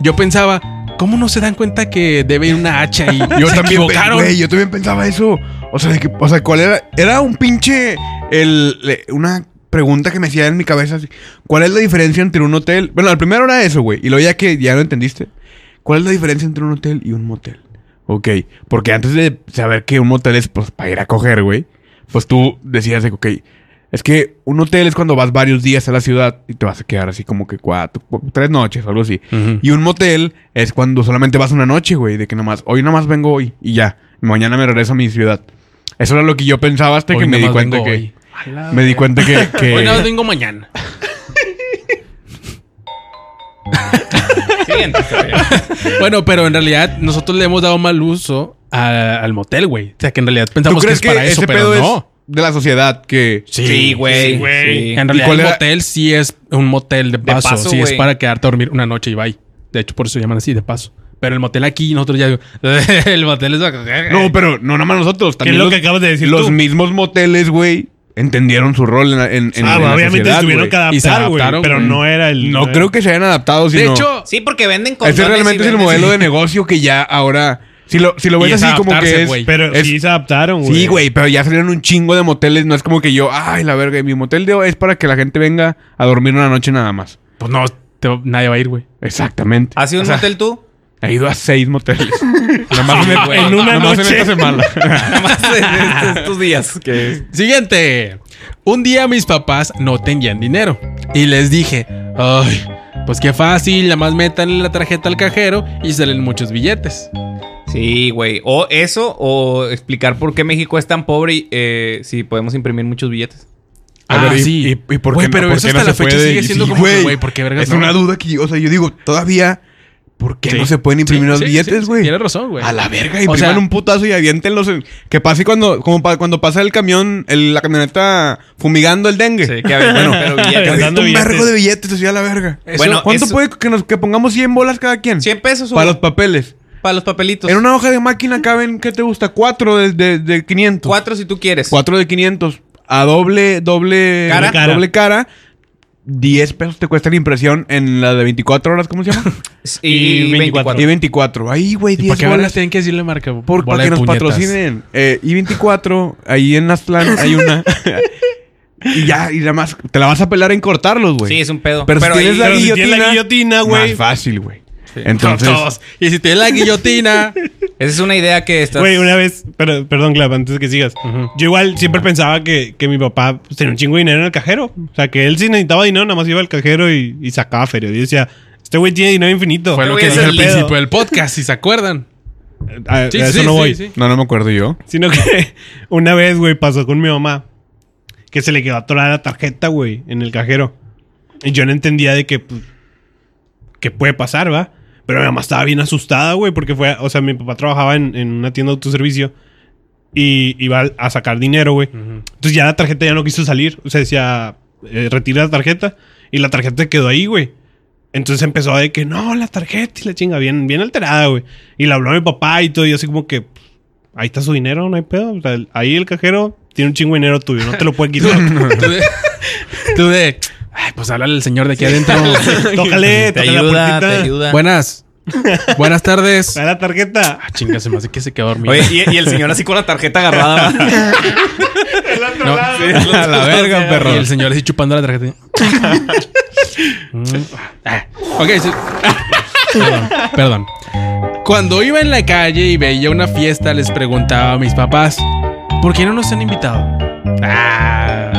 Speaker 2: Yo pensaba, ¿cómo no se dan cuenta que debe ir una hacha y
Speaker 3: Yo
Speaker 2: se
Speaker 3: también,
Speaker 2: equivocaron?
Speaker 3: [LAUGHS] güey, yo también pensaba eso. O sea, de que, o sea, ¿cuál era? Era un pinche el le- una pregunta que me hacía en mi cabeza así, ¿cuál es la diferencia entre un hotel? Bueno, al primero era eso, güey, y luego ya que ya lo entendiste, ¿cuál es la diferencia entre un hotel y un motel? Ok, porque antes de saber que un motel es pues para ir a coger, güey, pues tú decías, de que, ok, es que un hotel es cuando vas varios días a la ciudad y te vas a quedar así como que cuatro, cu- tres noches, algo así.
Speaker 2: Ujú.
Speaker 3: Y un motel es cuando solamente vas una noche, güey, de que nomás, hoy nomás vengo hoy y ya, mañana me regreso a mi ciudad. Eso era lo que yo pensaba hasta
Speaker 2: Hoy
Speaker 3: que me di
Speaker 2: nomás
Speaker 3: cuenta
Speaker 2: vengo
Speaker 3: que...
Speaker 2: hoy.
Speaker 3: Me di cuenta
Speaker 2: [LAUGHS]
Speaker 3: que... que-
Speaker 2: Hoy no tengo mañana.
Speaker 5: Siguiente historia.
Speaker 2: Bueno, pero en realidad nosotros le hemos dado mal uso a- al motel, güey. O sea, que en realidad
Speaker 3: ¿Tú
Speaker 2: pensamos pues, que
Speaker 3: crees
Speaker 2: es
Speaker 3: que,
Speaker 2: para eso, pero
Speaker 3: ese pedo es
Speaker 2: no.
Speaker 3: de la sociedad que...
Speaker 5: Sí, güey.
Speaker 4: sí, güey.
Speaker 5: sí.
Speaker 2: En realidad el
Speaker 3: cuál era?
Speaker 2: motel sí es un motel de paso.
Speaker 5: paso,
Speaker 2: sí es
Speaker 5: güey.
Speaker 2: para quedarte a dormir una noche y bye. De hecho, por eso se llaman así, de paso. Pero el motel aquí, nosotros ya... [LAUGHS] el motel es...
Speaker 3: No, pero no nada más nosotros,
Speaker 4: ¿Qué es
Speaker 3: también
Speaker 4: lo
Speaker 3: los,
Speaker 4: que acabas de decir
Speaker 3: los
Speaker 4: tú?
Speaker 3: mismos moteles, güey, entendieron su rol en, la- en, en-
Speaker 4: ah,
Speaker 3: en la
Speaker 4: obviamente
Speaker 3: sociedad,
Speaker 4: estuvieron
Speaker 3: güey.
Speaker 4: que
Speaker 2: Y se
Speaker 4: adaptar, güey.
Speaker 2: adaptaron,
Speaker 4: Pero
Speaker 2: güey.
Speaker 4: no era el.
Speaker 3: No creo que se hayan adaptado, sino...
Speaker 2: de hecho...
Speaker 5: Sí, porque venden con.
Speaker 3: Ese realmente es el modelo de negocio que ya ahora... Si lo, si lo
Speaker 2: Y
Speaker 3: ves
Speaker 2: es
Speaker 3: así como
Speaker 2: adaptarse,
Speaker 3: que es...
Speaker 2: güey.
Speaker 4: Pero
Speaker 3: es-
Speaker 4: sí se adaptaron, güey.
Speaker 3: Sí, güey, pero ya salieron un chingo de moteles. No es como que yo, ay, la verga, mi motel de hoy es para que la gente venga a dormir una noche nada más.
Speaker 2: Pues no, te- nadie va a ir, güey.
Speaker 3: Exactamente.
Speaker 5: ¿Has ido a un
Speaker 3: O sea,
Speaker 5: motel tú? [LAUGHS]
Speaker 3: He ido a seis
Speaker 2: [LAUGHS]
Speaker 3: moteles. nada más
Speaker 5: Sí,
Speaker 3: en,
Speaker 5: güey.
Speaker 3: en una
Speaker 4: Nada más en
Speaker 3: noche.
Speaker 4: esta semana.
Speaker 5: Nada más en estos- estos días. Que...
Speaker 2: Siguiente. Un día mis papás no tenían dinero. Y les dije, ay, pues qué fácil, nada más metan la tarjeta al cajero y salen muchos billetes.
Speaker 5: Sí, güey. O eso, o explicar por qué México es tan pobre y, eh, si podemos imprimir muchos billetes.
Speaker 3: A
Speaker 2: Ah,
Speaker 3: ver, y-
Speaker 2: sí.
Speaker 3: y- y por
Speaker 2: Güey,
Speaker 3: qué no-
Speaker 2: pero
Speaker 3: por
Speaker 2: eso
Speaker 3: qué no
Speaker 2: hasta la
Speaker 3: se
Speaker 2: fecha
Speaker 3: puede?
Speaker 2: sigue
Speaker 3: Y
Speaker 2: siendo
Speaker 3: sí,
Speaker 2: como, que,
Speaker 3: güey,
Speaker 2: güey, ¿por qué vergas
Speaker 3: Es
Speaker 2: no?
Speaker 3: una duda que, yo- o sea, yo digo, todavía, ¿por qué
Speaker 2: Sí.
Speaker 3: no se pueden imprimir
Speaker 2: Sí,
Speaker 3: los
Speaker 2: sí,
Speaker 3: billetes,
Speaker 2: sí,
Speaker 3: güey?
Speaker 2: Tienes razón, güey.
Speaker 3: A la verga,
Speaker 2: O
Speaker 3: impriman
Speaker 2: sea-
Speaker 3: un putazo y aviéntenlos. en- que pase cuando, como pa- cuando pasa el camión, el- la camioneta fumigando el dengue.
Speaker 5: Sí, que a ver, bueno, pero
Speaker 3: Que
Speaker 5: billetes.
Speaker 4: Aventando
Speaker 3: avienta un
Speaker 4: billetes.
Speaker 3: vergo de billetes así a la verga.
Speaker 5: Bueno,
Speaker 3: ¿Cuánto
Speaker 5: eso-
Speaker 3: puede que, nos, que pongamos 100 bolas cada quien?
Speaker 5: 100 pesos,
Speaker 3: Para
Speaker 5: güey.
Speaker 3: los papeles.
Speaker 5: Para los papelitos.
Speaker 3: En una hoja de máquina caben, ¿qué te gusta? Cuatro de, de, de 500.
Speaker 5: Cuatro si tú quieres.
Speaker 3: Cuatro de 500. A doble, doble
Speaker 5: Cara.
Speaker 3: cara. Doble cara. 10 pesos te cuesta la impresión en la de 24 horas, ¿cómo se
Speaker 5: [LAUGHS]
Speaker 3: llama?
Speaker 5: Y,
Speaker 4: Y
Speaker 5: 24.
Speaker 3: y 24. Ahí, güey,
Speaker 2: ¿Y ¿Para
Speaker 3: 10
Speaker 2: qué vergas
Speaker 3: bolas.
Speaker 2: tienen que decirle marca?
Speaker 3: Por,
Speaker 2: Bola de
Speaker 3: para que nos
Speaker 2: puñetas.
Speaker 3: patrocinen. Eh, y 24, ahí en Aztlán hay
Speaker 2: [LAUGHS]
Speaker 3: una. y ya, y nada más. Te la vas a pelar en cortarlos, güey.
Speaker 5: Sí, es un pedo.
Speaker 3: Pero si tienes la
Speaker 4: Pero si
Speaker 3: guillotina,
Speaker 4: tienes la guillotina,
Speaker 3: más
Speaker 4: güey.
Speaker 3: fácil, güey. Entonces,
Speaker 2: Todos. Y si tienes la guillotina.
Speaker 5: Esa es una idea que estás.
Speaker 4: Güey, una vez, pero, perdón, Clap, antes de que sigas.
Speaker 2: Ujú.
Speaker 4: Yo igual siempre pensaba que, que mi papá pues, tenía un chingo de dinero en el cajero. O sea, que él sí necesitaba dinero, nada más iba al cajero y, y sacaba feria. Yo decía, este güey tiene dinero infinito.
Speaker 2: Fue lo
Speaker 5: Este Güey,
Speaker 2: que dije
Speaker 5: ese es
Speaker 2: al
Speaker 5: el
Speaker 2: principio del podcast, si se acuerdan.
Speaker 4: A- a eso no voy.
Speaker 2: sí.
Speaker 3: no, no me acuerdo yo.
Speaker 4: Sino que [LAUGHS] una vez, güey, pasó con mi mamá que se le quedó atorada la tarjeta, güey, en el cajero. Y yo no entendía de que, pues, que puede pasar, ¿va? Pero mi mamá estaba bien asustada, güey, porque fue, o sea, mi papá trabajaba en, en una tienda de autoservicio y iba al- a sacar dinero, güey. Entonces ya la tarjeta ya no quiso salir. O sea, decía, eh, retira la tarjeta. Y la tarjeta quedó ahí, güey. Entonces empezó a de que no, la tarjeta y la chinga, bien, bien alterada, güey. Y le habló a mi papá y todo, y yo así como que "Pues, ahí está su dinero, no hay pedo. O sea, el- ahí el cajero tiene un chingo de dinero tuyo, no te lo pueden quitar.
Speaker 5: [LAUGHS]
Speaker 2: Tú [LAUGHS] de, tú de, ay, pues háblale al señor de aquí adentro. [LAUGHS]
Speaker 4: tócale, tócale
Speaker 5: Te
Speaker 4: la
Speaker 5: ayuda, te
Speaker 4: puertita.
Speaker 5: ayuda.
Speaker 2: Buenas. Buenas tardes.
Speaker 4: Trae la tarjeta.
Speaker 2: Ah, chinga, se me hace que se quedó dormido.
Speaker 5: Oye, y, y el señor así con la tarjeta agarrada. ¿va?
Speaker 4: El otro
Speaker 2: No,
Speaker 4: lado.
Speaker 3: A la verga, perro.
Speaker 2: Y el señor así chupando la [LAUGHS] tarjeta. Mm. Ah, ok, sí. Perdón, perdón. Cuando iba en la calle y veía una fiesta, les preguntaba a mis papás, ¿por qué no nos han invitado? Ah,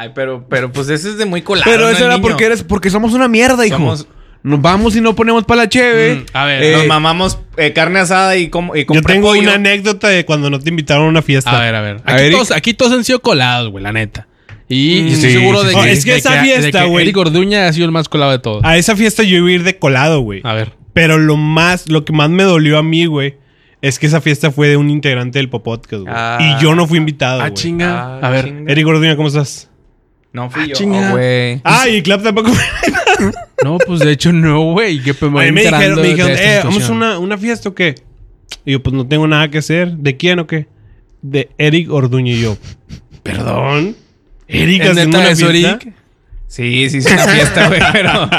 Speaker 5: Ay, pero, pero pues ese es de muy colado.
Speaker 3: Pero
Speaker 5: ¿no?
Speaker 3: eso
Speaker 5: El
Speaker 3: era
Speaker 5: niño.
Speaker 3: porque eres, porque somos una mierda, hijo.
Speaker 5: Somos-
Speaker 3: Nos vamos y no ponemos para la cheve.
Speaker 2: Mm, a ver,
Speaker 3: Eh,
Speaker 5: Nos mamamos eh, carne asada y, com y
Speaker 4: Yo
Speaker 5: compré
Speaker 4: tengo
Speaker 5: pollo.
Speaker 4: una anécdota de cuando no te invitaron a una fiesta.
Speaker 2: A ver, a ver. Aquí,
Speaker 3: A ver,
Speaker 2: todos, aquí todos han sido colados, güey, la neta. Y
Speaker 3: Mm,
Speaker 2: estoy
Speaker 3: sí,
Speaker 2: seguro
Speaker 3: sí,
Speaker 2: de
Speaker 3: sí.
Speaker 2: que.
Speaker 4: No, es que
Speaker 2: de
Speaker 4: esa
Speaker 2: de
Speaker 4: fiesta,
Speaker 2: que
Speaker 4: güey. Ah,
Speaker 2: Eric Orduña ha sido el más colado de todos.
Speaker 4: A esa fiesta yo iba a ir de colado, güey.
Speaker 2: A ver.
Speaker 4: Pero lo más, lo que más me dolió a mí, güey, es que esa fiesta fue de un integrante del Popodcast, güey.
Speaker 5: Ah.
Speaker 4: y yo no fui invitado,
Speaker 2: Ah,
Speaker 4: güey.
Speaker 2: chinga. a
Speaker 5: Ah,
Speaker 2: ver.
Speaker 5: chinga.
Speaker 4: Eric Gorduña, ¿cómo estás?
Speaker 5: No fui yo.
Speaker 2: chinga.
Speaker 5: Oh, güey.
Speaker 4: Ah, y Clap tampoco.
Speaker 2: No, pues de hecho no, güey. Qué
Speaker 4: a mí me dijeron,
Speaker 2: enterando
Speaker 4: me dijeron,
Speaker 2: de esta
Speaker 4: eh, ¿vamos a
Speaker 2: situación".
Speaker 4: una, una fiesta o qué? Y yo, pues no tengo nada que hacer. ¿De quién o qué? De Eric Orduña y yo. Perdón. Eric
Speaker 2: ¿Es
Speaker 4: haciendo
Speaker 2: neta
Speaker 4: una
Speaker 2: eso,
Speaker 4: fiesta.
Speaker 2: Eric?
Speaker 5: Sí, sí, sí, una fiesta, güey. Pero.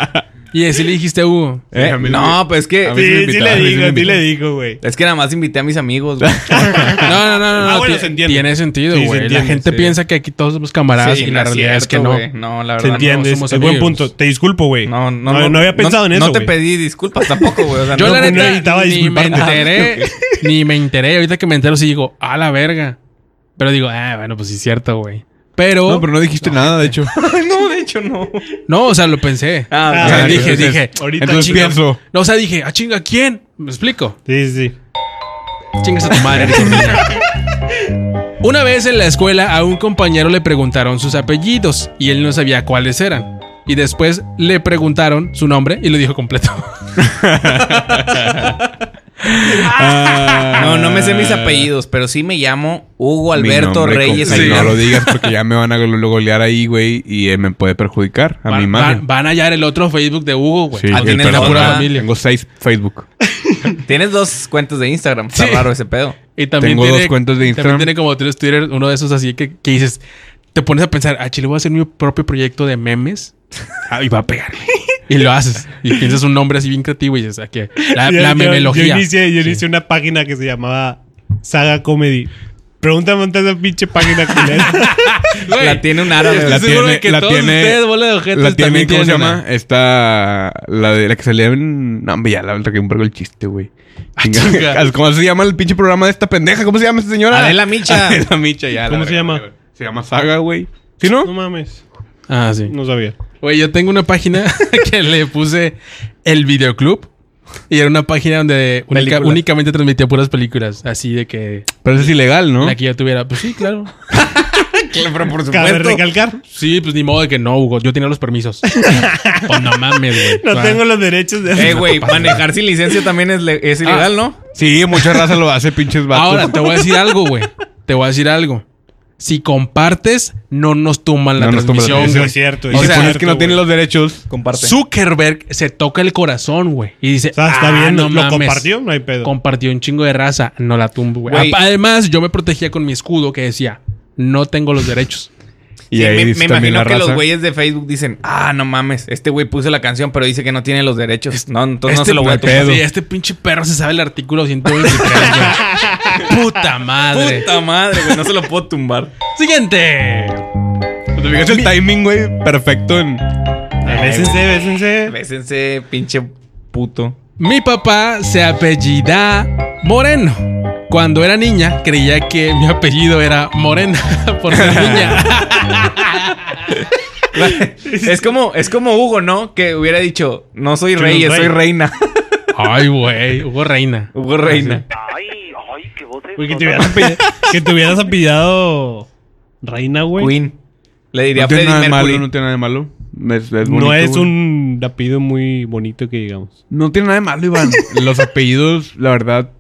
Speaker 2: Y así le dijiste a Hugo.
Speaker 5: Eh,
Speaker 3: a mí
Speaker 5: no,
Speaker 3: me-
Speaker 5: pues es que.
Speaker 3: a mí
Speaker 4: Sí,
Speaker 3: me
Speaker 4: sí
Speaker 3: invitaron,
Speaker 4: le
Speaker 3: a mí sí
Speaker 4: digo,
Speaker 3: me
Speaker 4: sí le
Speaker 3: invitaron.
Speaker 4: digo, güey.
Speaker 5: Es que nada más invité a mis amigos, güey.
Speaker 2: No, no, no, no.
Speaker 4: Ah,
Speaker 2: no,
Speaker 4: bueno,
Speaker 2: ti-
Speaker 4: se entiende.
Speaker 2: Tiene sentido,
Speaker 4: Sí, se
Speaker 2: güey. la
Speaker 4: entiende,
Speaker 2: gente
Speaker 5: sí.
Speaker 2: piensa que aquí todos somos camaradas
Speaker 5: Sí,
Speaker 2: y la
Speaker 5: no
Speaker 2: realidad es que
Speaker 5: cierto,
Speaker 2: no.
Speaker 5: güey. No, la
Speaker 4: Se
Speaker 5: verdad. no.
Speaker 4: entiende.
Speaker 2: somos
Speaker 4: es buen
Speaker 2: amigos.
Speaker 4: punto. Te disculpo, güey.
Speaker 5: No, no,
Speaker 4: no, había
Speaker 5: no-
Speaker 4: pensado en eso.
Speaker 5: No te
Speaker 4: güey.
Speaker 5: pedí disculpas tampoco, güey. O sea,
Speaker 2: Yo,
Speaker 5: no-
Speaker 2: la
Speaker 4: no
Speaker 5: [LAUGHS]
Speaker 2: neta,
Speaker 4: necesitaba
Speaker 2: ni me
Speaker 4: disculparte.
Speaker 2: enteré. ni me enteré. Ahorita que me entero, sí digo, a la verga. Pero digo, ah, bueno, pues sí es cierto, güey. Pero,
Speaker 3: No, pero no dijiste nada, de hecho.
Speaker 5: No, de hecho, no.
Speaker 2: no, o sea, lo pensé.
Speaker 5: Ah,
Speaker 2: O sea,
Speaker 4: Ah,
Speaker 2: dije,
Speaker 3: entonces-
Speaker 2: dije.
Speaker 4: Ahorita
Speaker 3: Entonces
Speaker 4: chinga.
Speaker 3: pienso.
Speaker 2: No, o sea, dije, ah, chinga, ¿quién? Me explico.
Speaker 4: Sí, sí.
Speaker 2: Chingas a tu madre. Eric Orduña. Una vez en la escuela a un compañero le preguntaron sus apellidos y él no sabía cuáles eran. Y después le preguntaron su nombre y lo dijo completo.
Speaker 5: No, no me sé mis apellidos, pero sí me llamo Hugo
Speaker 3: Ah. Mi
Speaker 5: Alberto
Speaker 3: nombre
Speaker 5: Reyes
Speaker 3: completo. No
Speaker 5: Aguilar.
Speaker 3: lo digas porque
Speaker 5: [LAUGHS]
Speaker 3: ya me van a go- golear ahí, güey, y eh, me puede perjudicar a mi
Speaker 2: van,
Speaker 3: imagen.
Speaker 2: van- van a hallar el otro Facebook de Hugo, güey.
Speaker 3: Sí,
Speaker 5: Ah,
Speaker 3: güey,
Speaker 5: tienes
Speaker 3: perdón,
Speaker 5: la pura
Speaker 3: tengo-
Speaker 5: familia.
Speaker 3: Tengo seis Facebook.
Speaker 5: Tienes dos cuentas de Instagram. Está
Speaker 2: Sí.
Speaker 5: raro ese pedo.
Speaker 2: Y también
Speaker 3: Tengo dos
Speaker 2: tiene,
Speaker 3: cuentas de Instagram.
Speaker 2: También tiene como tres Twitter, uno de esos así que, que dices, te pones a pensar, ah, chile, voy a hacer mi propio proyecto de memes. Ah, y va a pegar. y lo haces. Y piensas un nombre así bien creativo y dices, aquí,
Speaker 3: [LAUGHS]
Speaker 2: Ah, la,
Speaker 4: Yo-
Speaker 2: la
Speaker 4: yo-
Speaker 2: memelogía.
Speaker 4: Yo inicié, yo inicié una página que se llamaba Saga Comedy. Pregúntame dónde está esa pinche página culera.
Speaker 2: Güey,
Speaker 5: La tiene un árabe.
Speaker 2: estoy
Speaker 3: La
Speaker 2: seguro
Speaker 3: tiene-
Speaker 2: de que
Speaker 3: la
Speaker 2: todos
Speaker 3: tiene-
Speaker 2: ustedes, bola de ojetes,
Speaker 3: La tiene,
Speaker 2: también
Speaker 3: ¿cómo se
Speaker 2: tienen
Speaker 3: llama?
Speaker 2: una.
Speaker 3: Esta. La de la que salía en. No, hombre, ya la que un vergo el chiste, güey. Chinga. [LAUGHS]
Speaker 2: chinga.
Speaker 3: ¿Cómo se llama el pinche programa de esta pendeja? ¿Cómo se llama esta señora?
Speaker 5: Adela
Speaker 3: [LAUGHS]
Speaker 5: Micha.
Speaker 3: Adela Micha, ya. la
Speaker 4: ¿Cómo se
Speaker 3: verga,
Speaker 4: llama?
Speaker 3: la verga. Se llama Saga, güey. ¿Sí, no?
Speaker 4: No mames.
Speaker 2: Ah, sí.
Speaker 4: No sabía.
Speaker 2: Güey, yo tengo una página [LAUGHS] que le puse el videoclub. Y era una página donde única-
Speaker 5: Películas.
Speaker 2: únicamente transmitía puras películas. Así de que
Speaker 3: Pero eso es ilegal, ¿no?
Speaker 2: la [LAUGHS] que yo tuviera. Pues sí, claro.
Speaker 5: Pero por
Speaker 4: Cabe recalcar.
Speaker 2: Sí, pues ni modo de que no, Hugo. Yo tenía los permisos. pues no mames, güey.
Speaker 4: No
Speaker 2: O sea,
Speaker 4: tengo los derechos de
Speaker 5: [LAUGHS] Eh, güey, manejar sin licencia también es, le-
Speaker 2: Ah.
Speaker 5: es ilegal, ¿no?
Speaker 3: Sí, mucha raza lo hace, pinches vatos.
Speaker 2: Ahora, te voy a decir algo, güey. Te voy a decir algo. Si compartes, no nos tumban la
Speaker 3: No nos tumban la
Speaker 2: transmisión,
Speaker 4: Eso
Speaker 2: güey.
Speaker 4: es cierto.
Speaker 3: y
Speaker 4: eso
Speaker 3: si
Speaker 5: sea,
Speaker 3: pones
Speaker 4: cierto,
Speaker 3: que no tiene
Speaker 4: güey.
Speaker 3: los derechos.
Speaker 5: Comparte.
Speaker 2: Zuckerberg se toca el corazón, güey. Y dice,
Speaker 4: O sea, está
Speaker 2: "Ah,
Speaker 4: bien,
Speaker 2: no
Speaker 4: lo
Speaker 2: mames".
Speaker 4: compartió, no hay pedo.
Speaker 2: Compartió un chingo de raza, no la tumbo, güey.
Speaker 5: Güey.
Speaker 2: Apa- Además, yo me protegía con mi escudo que decía, no tengo los derechos.
Speaker 3: Y
Speaker 5: Sí,
Speaker 3: ahí
Speaker 5: me,
Speaker 3: dice
Speaker 5: me
Speaker 3: también
Speaker 5: imagino
Speaker 3: la
Speaker 5: que los
Speaker 3: raza.
Speaker 5: güeyes de Facebook dicen, ah, no mames, este güey puso la canción, pero dice que no tiene los derechos. No, entonces no se lo
Speaker 3: no
Speaker 5: voy a
Speaker 3: hay
Speaker 5: tomar.
Speaker 3: pedo.
Speaker 2: Sí, este pinche perro se sabe el artículo 123, güey. Puta madre.
Speaker 5: Puta madre, güey, no se lo puedo
Speaker 2: [LAUGHS]
Speaker 5: tumbar.
Speaker 2: Siguiente.
Speaker 3: ¿Te fijas el timing, güey? Perfecto en.
Speaker 4: Eh, Bésense, bésense.
Speaker 5: Bésense, pinche puto.
Speaker 2: Mi papá se apellida Moreno. Cuando era niña, creía que mi apellido era Morena [LAUGHS] por ser niña.
Speaker 5: es como, es como Hugo, ¿no? Que hubiera dicho, no soy
Speaker 4: Soy
Speaker 5: rey,
Speaker 4: un rey".
Speaker 5: soy reina.
Speaker 2: Ay, güey. Hugo Reina.
Speaker 5: Hugo Reina.
Speaker 1: Ay, ay, qué voz
Speaker 4: Güey, que te hubieras api- que te hubieras apellidado Reina, güey.
Speaker 5: Queen. Le diría
Speaker 3: No tiene
Speaker 5: Freddie
Speaker 3: nada de
Speaker 5: Mercury.
Speaker 3: malo, no tiene nada de malo. Es- bonito,
Speaker 4: No es
Speaker 3: güey.
Speaker 4: un apellido muy bonito que digamos.
Speaker 3: [LAUGHS] No tiene nada de malo, Iván. Los apellidos, la verdad.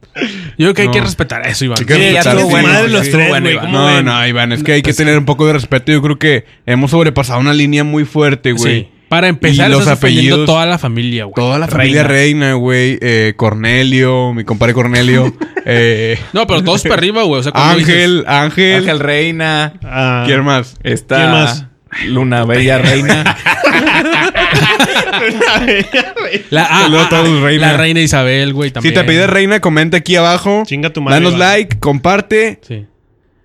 Speaker 2: creo que hay
Speaker 3: No.
Speaker 2: que respetar eso, Iván.
Speaker 3: Hay que
Speaker 4: Sí, ya
Speaker 3: respetar,
Speaker 4: estuvo
Speaker 3: sí,
Speaker 4: madre
Speaker 3: sí,
Speaker 4: los
Speaker 3: sí.
Speaker 4: tres,
Speaker 5: Bueno,
Speaker 4: güey,
Speaker 5: Iván.
Speaker 4: ¿cómo
Speaker 3: No,
Speaker 4: ven?
Speaker 3: no, Iván, es que hay que tener un poco de respeto. Yo creo que hemos sobrepasado una línea muy fuerte, güey.
Speaker 2: Sí. Para empezar,
Speaker 3: Y los
Speaker 2: estás ofendiendo
Speaker 3: apellidos-
Speaker 2: toda la familia, güey.
Speaker 3: Toda la familia reina, güey. Eh, Cornelio, mi compadre [LAUGHS] Cornelio. eh,
Speaker 2: No, pero todos para arriba, güey. O sea, cuando
Speaker 3: Ángel,
Speaker 2: dices-
Speaker 3: Ángel,
Speaker 5: Ángel Reina.
Speaker 4: Ah,
Speaker 3: ¿Quién más?
Speaker 5: Esta
Speaker 4: ¿Quién más?
Speaker 5: Luna Bella Reina.
Speaker 2: la, ah,
Speaker 3: Luego
Speaker 2: ah,
Speaker 3: todos
Speaker 2: ah,
Speaker 3: reina.
Speaker 2: la reina Isabel, güey, también.
Speaker 3: Si te pides reina, comenta aquí abajo.
Speaker 4: Chinga tu madre,
Speaker 3: Danos
Speaker 4: Iván.
Speaker 3: like, comparte
Speaker 2: Sí.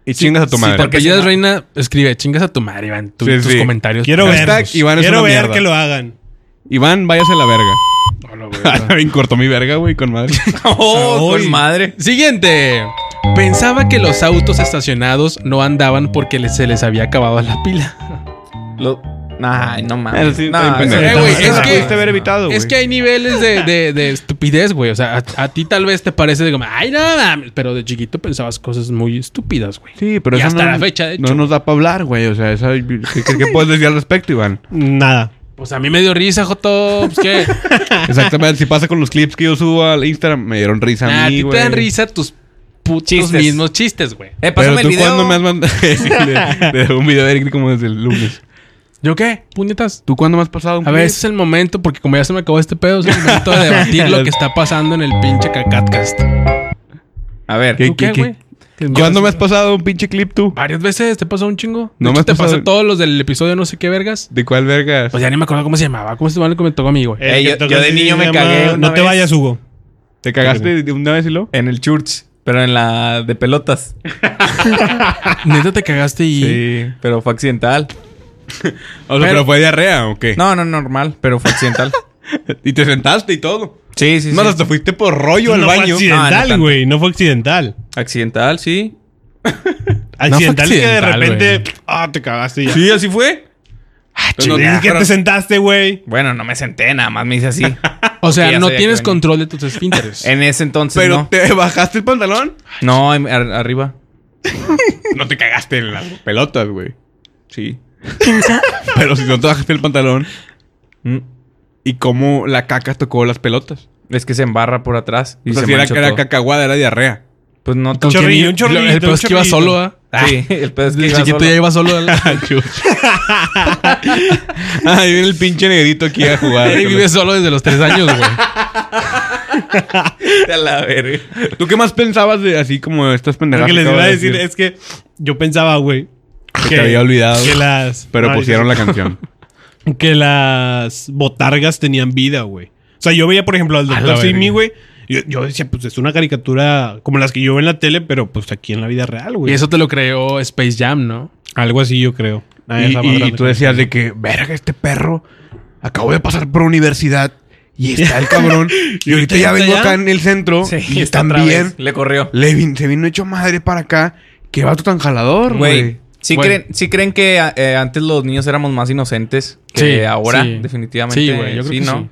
Speaker 3: y chingas a tu
Speaker 2: Si te
Speaker 3: madre.
Speaker 5: porque si
Speaker 2: apellidas
Speaker 5: no-
Speaker 2: reina, escribe, chingas a tu madre, Iván. tu-
Speaker 3: Sí,
Speaker 2: tus
Speaker 3: sí.
Speaker 2: comentarios.
Speaker 4: Quiero ver.
Speaker 3: Hashtag Iván es
Speaker 4: Quiero
Speaker 3: una
Speaker 4: ver
Speaker 3: mierda.
Speaker 4: que lo hagan.
Speaker 3: Iván, váyase a la verga. [LAUGHS] Bien cortó mi verga, güey, con [LAUGHS] madre.
Speaker 5: oh,
Speaker 2: Ay.
Speaker 5: con madre.
Speaker 2: Siguiente. Pensaba que los autos estacionados no andaban porque les- se les había acabado la pila.
Speaker 5: Lo... Ay, no
Speaker 3: Eso
Speaker 5: mames.
Speaker 3: sí,
Speaker 5: No,
Speaker 3: está bien pendejo.
Speaker 5: eso-
Speaker 2: Eh, güey,
Speaker 5: eso
Speaker 2: es
Speaker 5: la
Speaker 2: que-
Speaker 5: pudiste haber evitado.
Speaker 3: evitado,
Speaker 2: es que hay niveles de, de- de estupidez, güey. O sea, a, a ti tal vez te parece de como, ay, no mames", Pero de chiquito pensabas cosas muy estúpidas, güey.
Speaker 3: Sí, pero
Speaker 2: Y
Speaker 3: eso
Speaker 2: hasta
Speaker 3: no,
Speaker 2: la fecha, de hecho.
Speaker 3: no nos da para hablar, güey. O sea, esa- ¿qué, qué- qué puedes decir al
Speaker 2: [LAUGHS]
Speaker 3: respecto, Iván?
Speaker 4: Nada.
Speaker 2: Pues a mí me dio risa, Joto. Pues
Speaker 3: [LAUGHS]
Speaker 2: que.
Speaker 3: Exactamente. si pasa con los clips que yo subo al Instagram, me dieron risa
Speaker 2: Ah,
Speaker 3: a
Speaker 2: a
Speaker 3: mí,
Speaker 2: ti
Speaker 3: güey.
Speaker 2: te dan risa tus putos
Speaker 5: Chistes.
Speaker 2: mismos chistes, güey.
Speaker 5: Eh,
Speaker 3: Pero
Speaker 5: pásame
Speaker 3: tú
Speaker 5: el video.
Speaker 3: cuándo me has mandado... [LAUGHS] Sí, de, de un video de Eric como desde el lunes.
Speaker 2: ¿Yo qué? Puñetas.
Speaker 3: ¿Tú cuándo me has pasado
Speaker 2: A
Speaker 3: un clip?
Speaker 2: ver, ese es el momento, porque como ya se me acabó este pedo, es el momento de debatir
Speaker 3: [LAUGHS]
Speaker 2: lo que está pasando en el pinche Cacatcast.
Speaker 5: A ver.
Speaker 3: ¿Qué-
Speaker 2: ¿Tú qué,
Speaker 3: qué-
Speaker 2: güey?
Speaker 3: ¿Cuándo me has pasado un pinche clip tú?
Speaker 2: Varias veces te pasó un chingo.
Speaker 3: No
Speaker 2: No
Speaker 3: me has
Speaker 2: te pasé
Speaker 3: pasado-
Speaker 2: todos los del episodio no sé qué vergas.
Speaker 3: ¿De cuál verga?
Speaker 2: Pues ya ni me acuerdo cómo se llamaba. ¿Cómo se llamaba el que me tocó a mí, güey?
Speaker 5: Eh,
Speaker 4: El
Speaker 5: yo-
Speaker 4: que toca
Speaker 5: yo de
Speaker 4: así
Speaker 5: niño me
Speaker 4: se llama-
Speaker 5: cagué una
Speaker 4: No te
Speaker 5: vez.
Speaker 4: vayas, Hugo.
Speaker 3: ¿Te cagaste de una vez y lo?
Speaker 5: En el church. Pero en la de pelotas.
Speaker 2: [LAUGHS] Neta te cagaste y...
Speaker 5: Sí. Pero fue accidental.
Speaker 3: O sea, pero, fue diarrea o qué?
Speaker 5: No, no, normal. Pero fue accidental.
Speaker 3: [LAUGHS] Y te sentaste y todo.
Speaker 5: [LAUGHS] sí, sí, sí.
Speaker 3: Más hasta fuiste por rollo al
Speaker 4: no fue
Speaker 3: baño.
Speaker 5: No, no
Speaker 4: accidental,
Speaker 5: tanto.
Speaker 4: güey. Ah, No fue accidental.
Speaker 5: Accidental, sí.
Speaker 4: Accidental es que de
Speaker 2: accidental,
Speaker 4: repente... Ah, te cagaste y ya.
Speaker 5: Sí, así fue.
Speaker 3: Pero no-
Speaker 4: Ni que te sentaste, güey.
Speaker 5: Bueno, no me senté, nada más me hice así.
Speaker 2: O
Speaker 5: Porque
Speaker 2: sea,
Speaker 5: ya
Speaker 2: no
Speaker 5: sabía
Speaker 2: tienes
Speaker 5: que venía.
Speaker 2: control de tus esfínteres.
Speaker 5: [LAUGHS] En ese entonces
Speaker 3: pero
Speaker 5: no.
Speaker 3: te bajaste el pantalón.
Speaker 5: No, en- ar- arriba.
Speaker 3: No te cagaste en las pelotas, güey.
Speaker 5: Sí.
Speaker 3: [LAUGHS] Pero si no te bajaste el pantalón,
Speaker 5: Mm.
Speaker 3: ¿y cómo la caca tocó las pelotas?
Speaker 5: Es que se embarra por atrás. Y
Speaker 3: o sea,
Speaker 5: se
Speaker 3: si era,
Speaker 5: manchó
Speaker 3: era
Speaker 5: todo.
Speaker 3: cacahuada, era diarrea.
Speaker 5: Pues no.
Speaker 2: Con
Speaker 4: chorrillo,
Speaker 2: quien-
Speaker 4: un chorrillito,
Speaker 2: El peor
Speaker 4: un
Speaker 2: es que iba
Speaker 4: chorrillito.
Speaker 2: solo, ¿ah?
Speaker 5: Sí, [LAUGHS] el pedo es que
Speaker 2: El
Speaker 5: iba
Speaker 2: chiquito
Speaker 5: solo.
Speaker 2: ya iba solo. al-
Speaker 3: [LAUGHS] Ahí viene el pinche negrito aquí a [LAUGHS] jugar.
Speaker 2: Eric vive solo desde los tres años,
Speaker 5: [LAUGHS]
Speaker 2: güey.
Speaker 5: [LAUGHS] A la verga.
Speaker 3: ¿Tú qué más pensabas de así como estas
Speaker 4: Lo
Speaker 3: pendejadas?
Speaker 4: que les
Speaker 3: acabo
Speaker 4: iba a
Speaker 3: de
Speaker 4: decir es que yo pensaba, güey...
Speaker 3: Que te había olvidado.
Speaker 4: Que las...
Speaker 3: Pero
Speaker 4: no,
Speaker 3: pusieron la [LAUGHS] canción.
Speaker 4: que las botargas tenían vida, güey. O sea, yo veía, por ejemplo, al
Speaker 3: la
Speaker 4: doctor Simi,
Speaker 3: verga.
Speaker 4: güey. Yo, yo decía, pues es una caricatura como las que yo veo en la tele, pero pues aquí en la vida real, güey.
Speaker 2: Y eso te lo creó Space Jam, ¿no?
Speaker 4: Algo así, yo creo. Ah,
Speaker 3: Y,
Speaker 4: esa
Speaker 3: y-
Speaker 4: más
Speaker 3: y
Speaker 4: grande
Speaker 3: tú
Speaker 4: que-
Speaker 3: decías de que, verga, este perro acabo de pasar por universidad y está [LAUGHS] el cabrón. y ahorita ya vengo
Speaker 4: ya.
Speaker 3: acá en el centro
Speaker 5: Sí,
Speaker 3: y
Speaker 5: está otra
Speaker 3: también
Speaker 5: vez. Le corrió.
Speaker 3: le vin- se vino hecho madre para acá. Qué vato tan jalador,
Speaker 5: Güey.
Speaker 3: güey.
Speaker 5: ¿Sí,
Speaker 2: Güey.
Speaker 5: Creen, sí creen que a- eh, antes los niños éramos más inocentes que
Speaker 2: Sí,
Speaker 5: ahora,
Speaker 2: sí.
Speaker 5: definitivamente.
Speaker 2: Sí, güey, yo creo que
Speaker 5: ¿no?
Speaker 2: sí.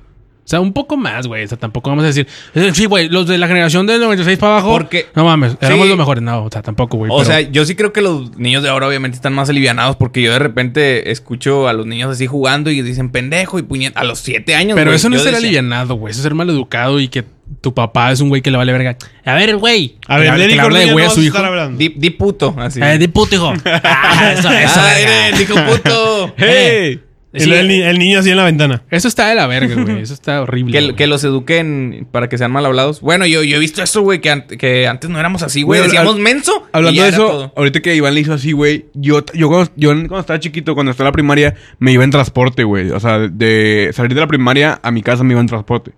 Speaker 2: O sea, un poco más, güey. O sea, tampoco vamos a decir. eh, Sí, güey, los de la generación del 96 para abajo.
Speaker 5: Porque-
Speaker 2: No mames, éramos
Speaker 5: Sí.
Speaker 2: los mejores. No, o sea, tampoco, güey.
Speaker 5: O
Speaker 2: pero-
Speaker 5: sea, yo sí creo que los niños de ahora obviamente están más alivianados porque yo de repente escucho a los niños así jugando y dicen pendejo y puñet a los siete años.
Speaker 2: Pero
Speaker 5: güey,
Speaker 2: eso no
Speaker 5: yo
Speaker 2: es ser
Speaker 5: decía-
Speaker 2: alivianado, güey. Eso es ser maleducado y que tu papá es un güey que le vale verga. A ver, güey.
Speaker 4: A ver,
Speaker 2: Que le-
Speaker 4: Lenny
Speaker 2: que le habla de
Speaker 4: Cordier,
Speaker 2: güey
Speaker 4: no
Speaker 2: a su
Speaker 4: vas
Speaker 2: hijo.
Speaker 4: estar hablando.
Speaker 5: Di, di puto, así.
Speaker 2: Eh, di puto, hijo. Ah, eso, eso,
Speaker 5: Ah,
Speaker 2: verga.
Speaker 5: eres, dijo puto.
Speaker 4: [LAUGHS] ¡Hey!
Speaker 2: Sí.
Speaker 4: El, el ni- el niño así en la ventana.
Speaker 2: Eso está de la verga, güey.
Speaker 5: [LAUGHS]
Speaker 2: Eso está horrible.
Speaker 5: Que,
Speaker 2: güey.
Speaker 5: que los eduquen para que sean mal hablados. Bueno, yo, yo he visto eso, güey, que, ant- que antes no éramos así, güey.
Speaker 3: Güey,
Speaker 5: Decíamos
Speaker 3: hab-
Speaker 5: menso. y
Speaker 3: Hablando
Speaker 5: ya
Speaker 3: de
Speaker 5: era
Speaker 3: eso,
Speaker 5: todo.
Speaker 3: ahorita que Iván le hizo así, güey, yo, yo, cuando, yo cuando estaba chiquito, cuando estaba en la primaria, me iba en transporte, güey. O sea, de salir de la primaria a mi casa me iba en transporte.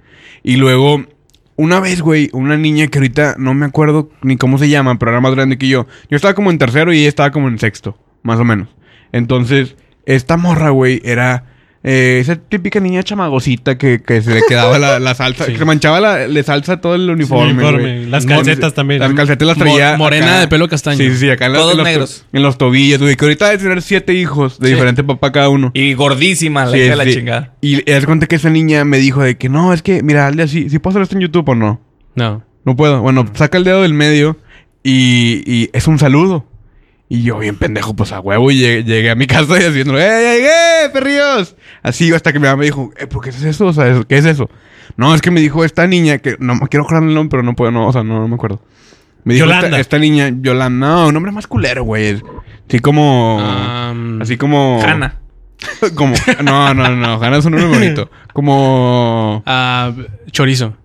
Speaker 3: Y luego, una vez, güey, una niña que ahorita no me acuerdo ni cómo se llama, pero era más grande que yo. Yo estaba como en tercero y ella estaba como en sexto, más o menos. Entonces, esta morra, güey, era... eh, esa típica niña chamagosita que, que se le quedaba la, la salsa,
Speaker 2: Sí.
Speaker 3: que se manchaba la, la salsa todo el uniforme.
Speaker 4: uniforme,
Speaker 3: güey.
Speaker 4: las
Speaker 3: No,
Speaker 4: calcetas también.
Speaker 3: Las calcetas las traía.
Speaker 2: Mo- morena de pelo castaño.
Speaker 3: Sí, sí, sí, acá en, las-
Speaker 5: Todos
Speaker 3: en los,
Speaker 5: negros.
Speaker 3: en los tobillos, güey. Que ahorita debe tener siete hijos de diferente papá cada uno.
Speaker 5: Y gordísima, la
Speaker 3: Sí,
Speaker 5: hija de la
Speaker 3: sí.
Speaker 5: chingada.
Speaker 3: Y haz cuenta que esa niña me dijo de que no, es que, mira, hazle así. ¿Sí puedo hacer esto en YouTube o no?
Speaker 2: No.
Speaker 3: No puedo. Bueno, saca el dedo del medio y, y es un saludo. Y yo, bien pendejo, pues a huevo, y llegué, llegué a mi casa y haciendo, ¡eh, llegué, perrillos! Así, hasta que mi mamá me dijo, "Eh, ¿por qué es eso? O sea, es- ¿qué es eso? No, es que me dijo esta niña, que no me quiero acordarme el nombre, pero no puedo, no, o sea, no, no me acuerdo. Me dijo
Speaker 4: Yolanda.
Speaker 3: esta, esta niña, Yolanda. No, un nombre más culero, güey. Así como.
Speaker 2: Am,
Speaker 3: así como.
Speaker 5: Hanna.
Speaker 3: [LAUGHS] Como. No, no, no. Hanna es un nombre bonito. Como.
Speaker 2: ah, chorizo.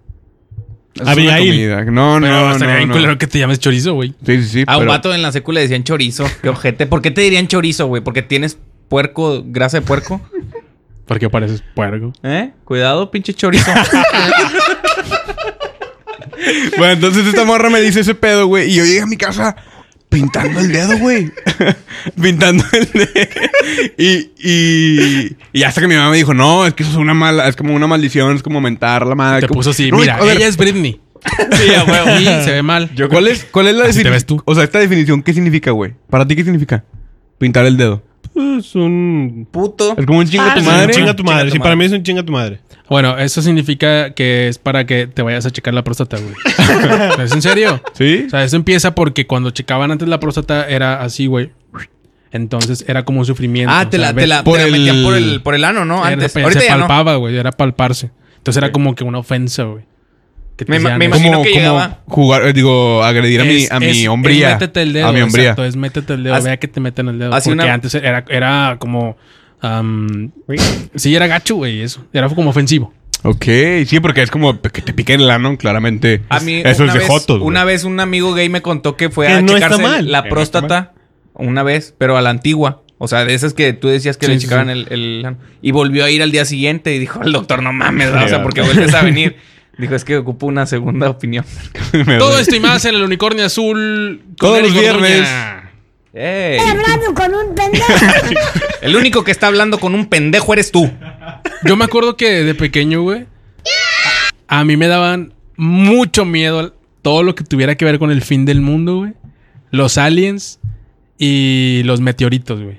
Speaker 3: es una
Speaker 4: Abigail.
Speaker 3: comida. No, no,
Speaker 2: Pero
Speaker 3: no.
Speaker 2: estaría bien
Speaker 3: no.
Speaker 2: culero que te llames chorizo, güey.
Speaker 3: Sí, sí, sí.
Speaker 5: A un
Speaker 3: pero-
Speaker 5: vato en la secu le decían chorizo. Qué ojete. ¿Por qué te dirían chorizo, güey? ¿Porque tienes puerco, grasa de puerco?
Speaker 2: Porque pareces puerco.
Speaker 5: ¿Eh? Cuidado, pinche chorizo.
Speaker 3: Bueno, entonces esta morra me dice ese pedo, güey. Y yo llegué a mi casa pintando el dedo,
Speaker 2: [LAUGHS]
Speaker 3: güey. pintando el dedo. Y, y, y hasta que mi mamá me dijo, no, es que eso es una mala, es como una maldición, es como mentar la madre.
Speaker 2: Te
Speaker 3: como-
Speaker 2: puso así,
Speaker 3: No,
Speaker 2: mira,
Speaker 3: a ver,
Speaker 2: ella es
Speaker 5: [LAUGHS]
Speaker 2: Britney. sí, se ve mal.
Speaker 3: ¿cuál, es, ¿Cuál es la
Speaker 2: Así te
Speaker 3: definición?
Speaker 2: ves tú.
Speaker 3: O sea, esta definición, ¿qué significa, güey? ¿Para ti qué significa? Pintar el dedo.
Speaker 4: Es un.
Speaker 5: Puto.
Speaker 3: Es como un chingo a tu
Speaker 4: es
Speaker 3: madre.
Speaker 4: un chinga tu
Speaker 5: Chinga
Speaker 4: madre.
Speaker 5: tu
Speaker 4: Ah, Sí,
Speaker 5: madre.
Speaker 4: para mí es un chinga tu madre.
Speaker 2: Bueno, eso significa que es para que te vayas a checar la próstata, güey. [LAUGHS] ¿Es en serio?
Speaker 3: ¿Sí?
Speaker 2: O sea, eso empieza porque cuando checaban antes la próstata era así, güey. Entonces era como un sufrimiento.
Speaker 5: Ah, te
Speaker 2: O sea,
Speaker 5: la,
Speaker 2: ves-
Speaker 5: te la,
Speaker 3: por
Speaker 5: te la metían
Speaker 3: el-
Speaker 5: por el, por el ano, ¿no?
Speaker 2: era-
Speaker 5: Antes.
Speaker 2: se
Speaker 5: Ahorita ya no.
Speaker 2: palpaba, güey. Era palparse. Entonces era como que una ofensa, güey. Que te
Speaker 5: Me-
Speaker 2: hicieran
Speaker 5: me
Speaker 2: eso.
Speaker 5: imagino
Speaker 3: Como,
Speaker 5: que
Speaker 3: como
Speaker 5: llegaba.
Speaker 3: jugar, eh, digo, agredir a mi,
Speaker 2: Es-
Speaker 3: a mi
Speaker 2: es-
Speaker 3: hombría.
Speaker 2: es métete el dedo.
Speaker 3: a mi hombría.
Speaker 2: Exacto, es métete el dedo.
Speaker 5: Haz-
Speaker 2: vea que te meten el dedo.
Speaker 5: haz
Speaker 2: Porque
Speaker 5: una-
Speaker 2: antes era, era como... am, sí, era gacho, güey, eso. Era como ofensivo.
Speaker 3: Ok, sí, porque es como que te pique el ano, claramente.
Speaker 5: A mí,
Speaker 3: Eso
Speaker 5: una
Speaker 3: es de
Speaker 5: vez,
Speaker 3: jotos, güey.
Speaker 5: Una vez un amigo gay me contó que fue
Speaker 4: Que
Speaker 5: a
Speaker 4: no está
Speaker 5: checarse
Speaker 4: mal.
Speaker 5: la
Speaker 4: Que no está
Speaker 5: próstata una vez, pero a la antigua. O sea, de esas que tú decías que
Speaker 2: Sí,
Speaker 5: le
Speaker 2: sí,
Speaker 5: checaban
Speaker 2: sí.
Speaker 5: el, el ano. Y volvió a ir al día siguiente y dijo al doctor, no mames, ¿verdad? o sea,
Speaker 4: Sí,
Speaker 3: ah.
Speaker 5: porque vuelves
Speaker 3: [LAUGHS]
Speaker 5: a venir. Dijo, es que ocupo una segunda opinión.
Speaker 3: Me
Speaker 2: Todo
Speaker 3: duele.
Speaker 2: esto y más en el unicornio azul. con
Speaker 3: Todos
Speaker 2: Eric
Speaker 3: los viernes.
Speaker 2: Orduña.
Speaker 5: ¡Ey!
Speaker 6: hablando con un pendejo.
Speaker 1: [LAUGHS]
Speaker 2: [LAUGHS]
Speaker 5: El único que está hablando con un pendejo eres tú.
Speaker 2: Yo me acuerdo que de pequeño, güey, a mí me daban mucho miedo todo lo que tuviera que ver con el fin del mundo, güey. Los aliens y los meteoritos, güey.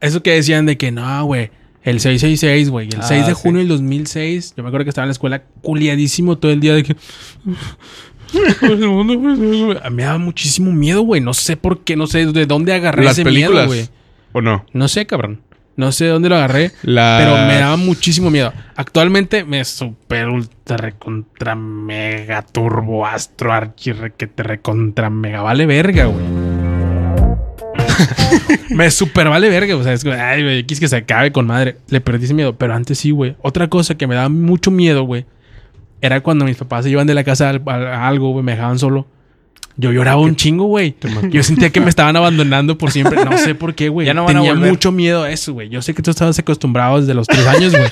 Speaker 2: Eso que decían de que no, güey. El 666, güey. El
Speaker 5: Ah,
Speaker 2: 6 de
Speaker 5: sí.
Speaker 2: junio del 2006. Yo me acuerdo que estaba en la escuela culiadísimo todo el día de que... [LAUGHS] me daba muchísimo miedo, güey. No sé por qué, no sé de dónde agarré
Speaker 3: Las
Speaker 2: ese miedo,
Speaker 3: películas.
Speaker 2: güey.
Speaker 3: ¿O no?
Speaker 2: No sé, cabrón. No sé de dónde lo agarré.
Speaker 3: Las-
Speaker 2: Pero me daba muchísimo miedo. Actualmente me super ultra recontra mega turbo astro archi que te recontra mega vale verga, güey. [LAUGHS] me super vale verga, o sea, es como, ay, güey, quis que se acabe con madre. Le perdí ese miedo, pero antes sí, güey. Otra cosa que me daba mucho miedo, güey, era cuando mis papás se iban de la casa al- al- a, algo, güey, me dejaban solo. Yo lloraba un chingo, güey. [LAUGHS] Yo sentía que me estaban abandonando por siempre. No sé por qué, güey.
Speaker 5: Ya no van a
Speaker 2: Tenía
Speaker 5: volver.
Speaker 2: mucho miedo a eso, güey. Yo sé que tú estabas acostumbrado desde los tres años, güey.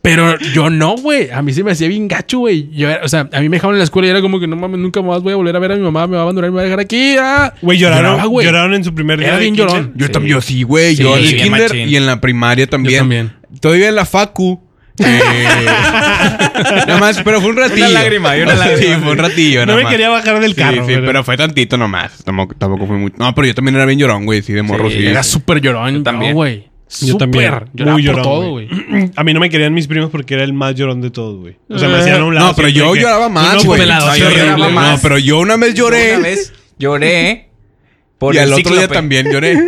Speaker 2: Pero yo no, güey. A mí se me hacía bien gacho, güey. Yo era- O sea, a mí me dejaban en la escuela y era como que no mames, nunca más voy a volver a ver a mi mamá, me va a abandonar, me va a dejar aquí. ah".
Speaker 4: Güey, lloraron,
Speaker 2: Lloraba, güey.
Speaker 4: lloraron en su primer día.
Speaker 2: Era
Speaker 4: de
Speaker 2: bien
Speaker 4: kinder.
Speaker 2: llorón.
Speaker 3: Yo
Speaker 2: Sí.
Speaker 3: también, yo sí, güey.
Speaker 5: Sí,
Speaker 3: yo en el
Speaker 5: bien
Speaker 3: kinder
Speaker 5: machín.
Speaker 3: y en la primaria también.
Speaker 2: Yo también.
Speaker 3: Todavía en la facu. eh, nada más, pero fue un ratillo.
Speaker 5: Una lágrima, y
Speaker 3: [LAUGHS]
Speaker 5: una
Speaker 3: Sí,
Speaker 5: lágrima.
Speaker 3: fue un ratillo.
Speaker 4: No
Speaker 3: nada
Speaker 4: me
Speaker 3: más.
Speaker 4: quería bajar del
Speaker 3: Sí,
Speaker 4: carro.
Speaker 3: sí, pero fue tantito nomás. Tampoco, tampoco fue mucho. No, pero yo también era bien llorón, güey. Sí, de morro, sí.
Speaker 2: Era súper llorón,
Speaker 5: Yo también.
Speaker 2: no, güey.
Speaker 4: Yo también.
Speaker 2: Súper. Lloraba
Speaker 4: Muy
Speaker 2: por
Speaker 4: llorón,
Speaker 2: todo,
Speaker 4: güey.
Speaker 2: güey.
Speaker 4: A mí no me querían mis primos porque era el más llorón de todos, güey. O sea, me
Speaker 2: Eh,
Speaker 4: hacían a un lado.
Speaker 3: No, pero
Speaker 4: siempre
Speaker 3: yo
Speaker 4: que-
Speaker 3: lloraba
Speaker 4: No,
Speaker 3: más, güey.
Speaker 4: pelado,
Speaker 5: No,
Speaker 4: sí,
Speaker 5: yo
Speaker 4: horrible.
Speaker 5: lloraba más.
Speaker 3: No, pero yo una vez lloré.
Speaker 5: Una vez lloré por
Speaker 3: y
Speaker 5: el pues.
Speaker 3: al otro día
Speaker 5: cíclope.
Speaker 3: también
Speaker 5: [LAUGHS]
Speaker 3: lloré.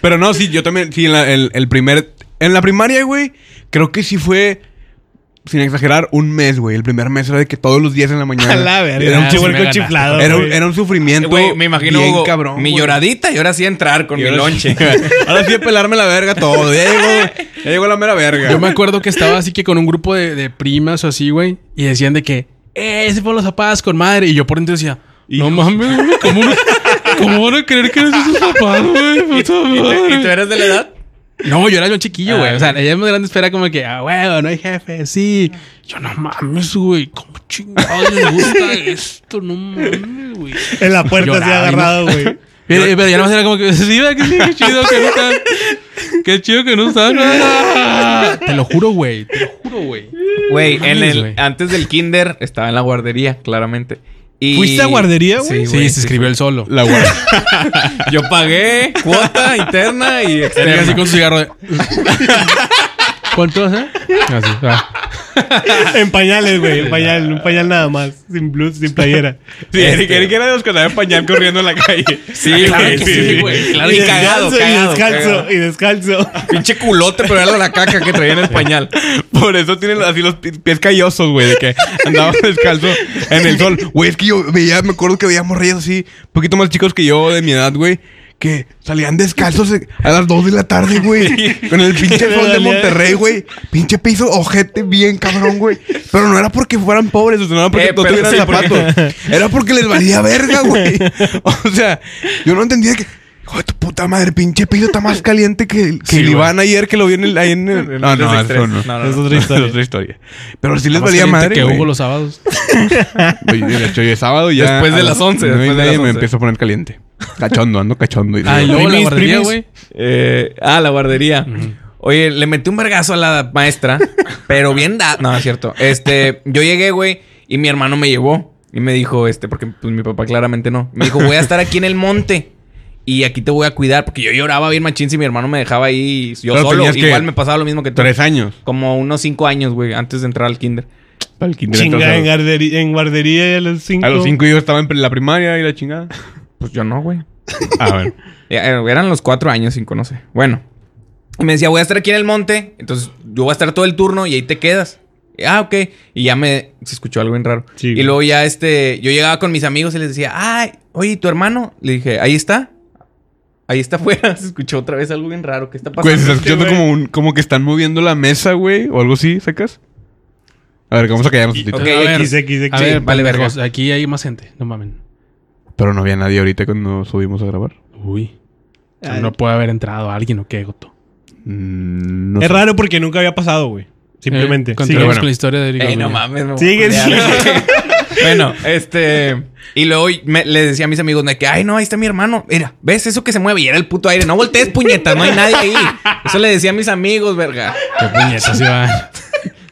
Speaker 3: Pero no, sí, yo también, sí, en la, el, el primer, en la primaria, güey, creo que sí fue, sin exagerar, un mes, güey. El primer mes era de que todos los días en la
Speaker 5: [LAUGHS]
Speaker 3: mañana.
Speaker 4: A la verga.
Speaker 3: Era un,
Speaker 4: Ah,
Speaker 3: chivo-
Speaker 4: sí me ganaste. chiflado.
Speaker 3: era un-
Speaker 4: güey.
Speaker 3: era un sufrimiento.
Speaker 5: Güey, me imagino
Speaker 3: bien
Speaker 5: Hugo,
Speaker 3: cabrón.
Speaker 5: mi
Speaker 3: güey.
Speaker 5: lloradita y ahora sí entrar con
Speaker 3: Y
Speaker 5: mi
Speaker 3: ahora sí-
Speaker 5: lonche.
Speaker 3: [LAUGHS] Ahora sí de pelarme la verga todo. Ya llegó, ya llegó la mera verga.
Speaker 2: Yo me acuerdo que estaba así que con un grupo de, de primas o así, güey, y decían de que, eh, se fueron los papás con madre. Y yo por dentro decía, no mames, güey, ¿cómo, no- cómo van a creer que eres esos papás, güey? Puta
Speaker 5: [LAUGHS] ¿Y tú-
Speaker 2: madre".
Speaker 5: ¿Y tú eres de la edad?
Speaker 2: No, yo era yo chiquillo, güey.
Speaker 5: Ah,
Speaker 2: O sea, ella es más grande, espera como que, ah, huevo, no hay jefe, sí. Yo, no mames, güey, ¿cómo chingados les gusta esto? No mames, güey.
Speaker 4: En la puerta se ha
Speaker 2: Lloraba,
Speaker 4: agarrado,
Speaker 2: ¿no?
Speaker 4: güey.
Speaker 2: Pero, pero ya no era como que, [LAUGHS] sí, ¿verdad que sí, qué chido que no están.
Speaker 5: [LAUGHS]
Speaker 2: Qué chido que no están. Ah, Te lo juro, güey, te lo juro, güey.
Speaker 5: Güey,
Speaker 2: No
Speaker 5: en
Speaker 2: mames,
Speaker 5: el,
Speaker 2: güey.
Speaker 5: antes del kinder estaba en la guardería, claramente. Y...
Speaker 4: ¿Fuiste a guardería, güey?
Speaker 2: Sí, se escribió el solo.
Speaker 3: La güey.
Speaker 5: Yo pagué Eh, cuota interna y
Speaker 2: Tenía así [LAUGHS]
Speaker 5: externa.
Speaker 2: con su cigarro de... ¿Cuánto hace? Así. ah.
Speaker 4: en pañales, güey. En pañal, un pañal nada más. Sin blues, sin playera.
Speaker 3: Sí,
Speaker 2: este.
Speaker 3: Eric, Eric era de los que andaba en pañal corriendo en la calle. [LAUGHS]
Speaker 5: Sí,
Speaker 4: Ah,
Speaker 5: claro que sí, güey. Claro, y cagado, cagado.
Speaker 4: y descalzo,
Speaker 5: cagado.
Speaker 4: y descalzo.
Speaker 5: Pinche culote, pero era la caca que traía en el pañal.
Speaker 3: Por eso tienen así los pi- pies callosos, güey, de que
Speaker 5: [LAUGHS]
Speaker 3: andaba descalzo en el sol. Güey, es que yo veía, me acuerdo que veía morrillos así, un poquito más chicos que yo de mi edad, güey, que salían descalzos a las 2 de la tarde, güey. Con el
Speaker 5: [LAUGHS]
Speaker 3: pinche sol de Monterrey, güey. Pinche piso, ojete, bien cabrón, güey. Pero no era porque fueran pobres, o sea, no era porque
Speaker 5: Eh,
Speaker 3: no
Speaker 5: pero
Speaker 3: tuvieran
Speaker 5: sí,
Speaker 3: zapatos.
Speaker 5: [LAUGHS]
Speaker 3: Era porque les valía verga, güey. [LAUGHS] O sea, yo no entendía que. Hijo de tu puta madre, pinche piso está más caliente que, que el
Speaker 5: güey.
Speaker 3: Iván ayer que lo vi en el, ahí en
Speaker 5: [LAUGHS]
Speaker 3: el... No, no,
Speaker 5: Desde
Speaker 3: eso no.
Speaker 5: estrés. No, no,
Speaker 4: Es
Speaker 5: no.
Speaker 4: otra
Speaker 3: [LAUGHS]
Speaker 4: historia.
Speaker 3: Es otra historia. Pero sí les
Speaker 2: Más
Speaker 3: valía
Speaker 2: caliente
Speaker 3: madre.
Speaker 2: que
Speaker 3: güey.
Speaker 2: Hugo los sábados.
Speaker 3: [LAUGHS] Oye, de hecho, hoy es sábado y ya.
Speaker 5: Después de
Speaker 3: a
Speaker 5: las 11,
Speaker 3: nueve y
Speaker 5: después de
Speaker 3: media
Speaker 5: las
Speaker 3: me
Speaker 5: 11.
Speaker 3: empiezo a poner caliente. Cachondo, ando cachondo. Y
Speaker 2: Ah, y luego la
Speaker 4: Primis,
Speaker 2: guardería,
Speaker 4: primis.
Speaker 2: güey.
Speaker 5: Eh, ah, la guardería. Oye, le metí un vergazo a la maestra, pero bien da. No, es cierto. Este, yo llegué, güey, y mi hermano me llevó y me dijo, este, porque pues, mi papá claramente no. Me dijo, voy a estar aquí en el monte y aquí te voy a cuidar, porque yo lloraba bien machín si mi hermano me dejaba ahí yo
Speaker 3: Claro,
Speaker 5: solo.
Speaker 3: tenías que-
Speaker 5: Igual me pasaba lo mismo que tú.
Speaker 3: Tres años.
Speaker 5: Como unos cinco años, güey, antes de entrar al kinder.
Speaker 3: Para el kinder
Speaker 4: Chinga, en
Speaker 3: atrasado.
Speaker 4: guardería, en guardería a los cinco.
Speaker 3: A los cinco yo estaba en pre- la primaria y la chingada. Ah,
Speaker 5: Pues yo no, güey.
Speaker 3: A
Speaker 5: [LAUGHS]
Speaker 3: ver.
Speaker 5: Ya, eh, Eran los cuatro años, cinco, no sé. Bueno. Y me decía, voy a estar aquí en el monte. Entonces, yo voy a estar todo el turno y ahí te quedas. Y, ah, ok. Y ya me... Se escuchó algo bien raro.
Speaker 4: Sí,
Speaker 5: y
Speaker 4: güey.
Speaker 5: luego ya, este... Yo llegaba con mis amigos y les decía, ay, oye, ¿y ¿tu hermano? Le dije, ahí está. Ahí está afuera. [LAUGHS] Se escuchó otra vez algo bien raro. ¿Qué está pasando?
Speaker 3: Güey, se está escuchando
Speaker 4: güey.
Speaker 3: como, un, como que están moviendo la mesa, güey, o algo así, ¿sacas? A ver, vamos a callarnos un
Speaker 5: Ok,
Speaker 3: poquito.
Speaker 2: A ver,
Speaker 4: X, X, X.
Speaker 2: A ver,
Speaker 5: vale
Speaker 2: vale
Speaker 5: verga.
Speaker 2: Aquí hay más gente, no mamen.
Speaker 3: Pero no había nadie ahorita cuando subimos a grabar.
Speaker 2: Uy. No puede haber entrado alguien o qué, Goto.
Speaker 3: Mm, no
Speaker 4: Es
Speaker 3: sé.
Speaker 4: raro porque nunca había pasado, güey. Simplemente.
Speaker 2: Eh,
Speaker 4: Sigue.
Speaker 2: continuamos con la historia de Eric
Speaker 5: Ey, no
Speaker 2: Gabriel.
Speaker 5: mames. no
Speaker 4: Sigue,
Speaker 5: voy a
Speaker 4: sigue.
Speaker 5: pelear. [LAUGHS] bueno, este... Y luego me- le decía a mis amigos de que, ay, no, ahí está mi hermano. Mira, ¿ves eso que se mueve? Y era el puto aire. No voltees, puñetas. No hay nadie ahí. Eso le decía a mis amigos, verga.
Speaker 2: Qué puñetas, Iván.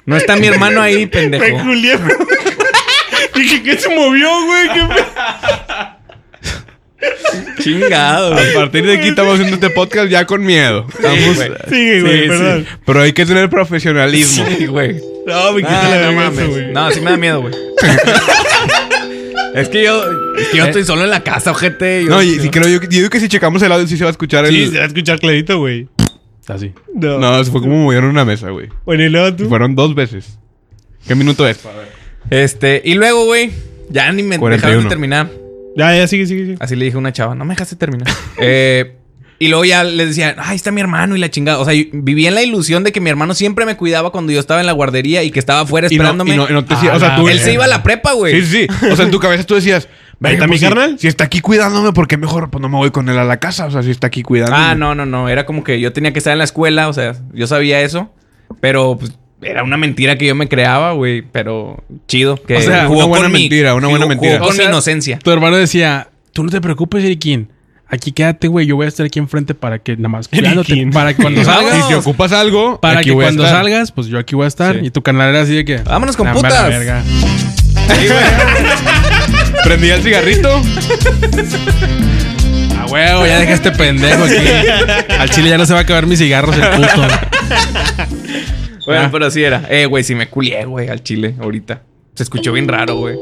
Speaker 5: No está mi hermano ahí, pendejo.
Speaker 4: Güey, Julián. Dije, ¿qué se movió, güey? ¿Qué pe-
Speaker 5: Chingado.
Speaker 3: A partir de aquí estamos haciendo este podcast ya con miedo. Estamos-
Speaker 5: güey.
Speaker 4: Sigue, güey, perdón.
Speaker 3: Pero hay que tener profesionalismo.
Speaker 5: Sí, güey.
Speaker 4: No, me quita
Speaker 5: Ah,
Speaker 4: la
Speaker 5: no
Speaker 4: verga
Speaker 5: mames.
Speaker 4: eso, güey.
Speaker 5: No, sí me da miedo, güey. es que yo, es que yo estoy solo en la casa, ojete. Yo-
Speaker 3: No, y, sí creo yo, que- yo digo que si checamos el audio sí se va a escuchar el...
Speaker 4: Sí, se va a escuchar clarito, güey.
Speaker 2: Así.
Speaker 4: No.
Speaker 3: No, se fue como movieron una mesa, güey.
Speaker 4: Bueno, y luego
Speaker 3: Y
Speaker 5: ¿Mm?
Speaker 4: tú.
Speaker 3: fueron dos veces. ¿Qué minuto es?
Speaker 5: Este, y luego, güey, ya ni me
Speaker 3: 41.
Speaker 5: dejaron de terminar.
Speaker 4: Ya, ya, sigue, sigue, sigue.
Speaker 5: Así le dije a una chava, no me dejaste terminar. [LAUGHS] Eh, y luego ya les decía, ahí está mi hermano y la chingada. O sea, yo vivía en la ilusión de que mi hermano siempre me cuidaba cuando yo estaba en la guardería y que estaba afuera
Speaker 3: Y no,
Speaker 5: esperándome.
Speaker 3: y no, y no te...
Speaker 2: Ah,
Speaker 3: o sea,
Speaker 2: la
Speaker 3: tú...
Speaker 5: Él se iba a la prepa, güey.
Speaker 3: Sí, sí, sí. O sea, en
Speaker 5: [LAUGHS]
Speaker 3: tu cabeza tú decías...
Speaker 4: ¿Ahí
Speaker 3: "Verga,
Speaker 4: está
Speaker 3: pues,
Speaker 4: mi
Speaker 3: si-
Speaker 4: carnal?"
Speaker 3: Si, está aquí cuidándome, ¿por qué mejor pues, no me voy con él a la casa? O sea, si está aquí cuidándome.
Speaker 5: Ah, no, no, no. Era como que yo tenía que estar en la escuela, o sea, yo sabía eso. Pero pues, era una mentira que yo me creaba, güey. Pero chido. Que
Speaker 3: O sea,
Speaker 5: jugó
Speaker 3: una buena
Speaker 5: con mi-
Speaker 3: mentira, una buena
Speaker 5: jugó
Speaker 3: mentira.
Speaker 5: Con
Speaker 2: O sea,
Speaker 5: mi inocencia.
Speaker 2: Tu hermano decía, tú no te preocupes, Eriquín. Aquí quédate, güey. Yo voy a estar aquí enfrente para que nada más cuidándote.
Speaker 4: Eriquín.
Speaker 2: Para que
Speaker 5: [LAUGHS]
Speaker 2: cuando
Speaker 5: Sí,
Speaker 2: salgas...
Speaker 5: vámonos.
Speaker 3: Y si ocupas algo,
Speaker 2: Para
Speaker 3: aquí
Speaker 2: que
Speaker 3: voy a
Speaker 2: cuando
Speaker 3: estar.
Speaker 2: salgas, pues yo aquí voy a estar.
Speaker 5: Sí.
Speaker 2: Y tu canal era así de que...
Speaker 5: Vámonos con
Speaker 2: "Ah, vale,
Speaker 5: putas".
Speaker 2: verga.
Speaker 3: [LAUGHS] Prendía el cigarrito.
Speaker 2: A huevo, ya deja este pendejo aquí. Al chile ya no se va a acabar mis cigarros el puto.
Speaker 5: Bueno,
Speaker 2: Ah.
Speaker 5: pero así era. Eh, güey, si me culié, güey, al chile ahorita. Se escuchó bien raro, güey.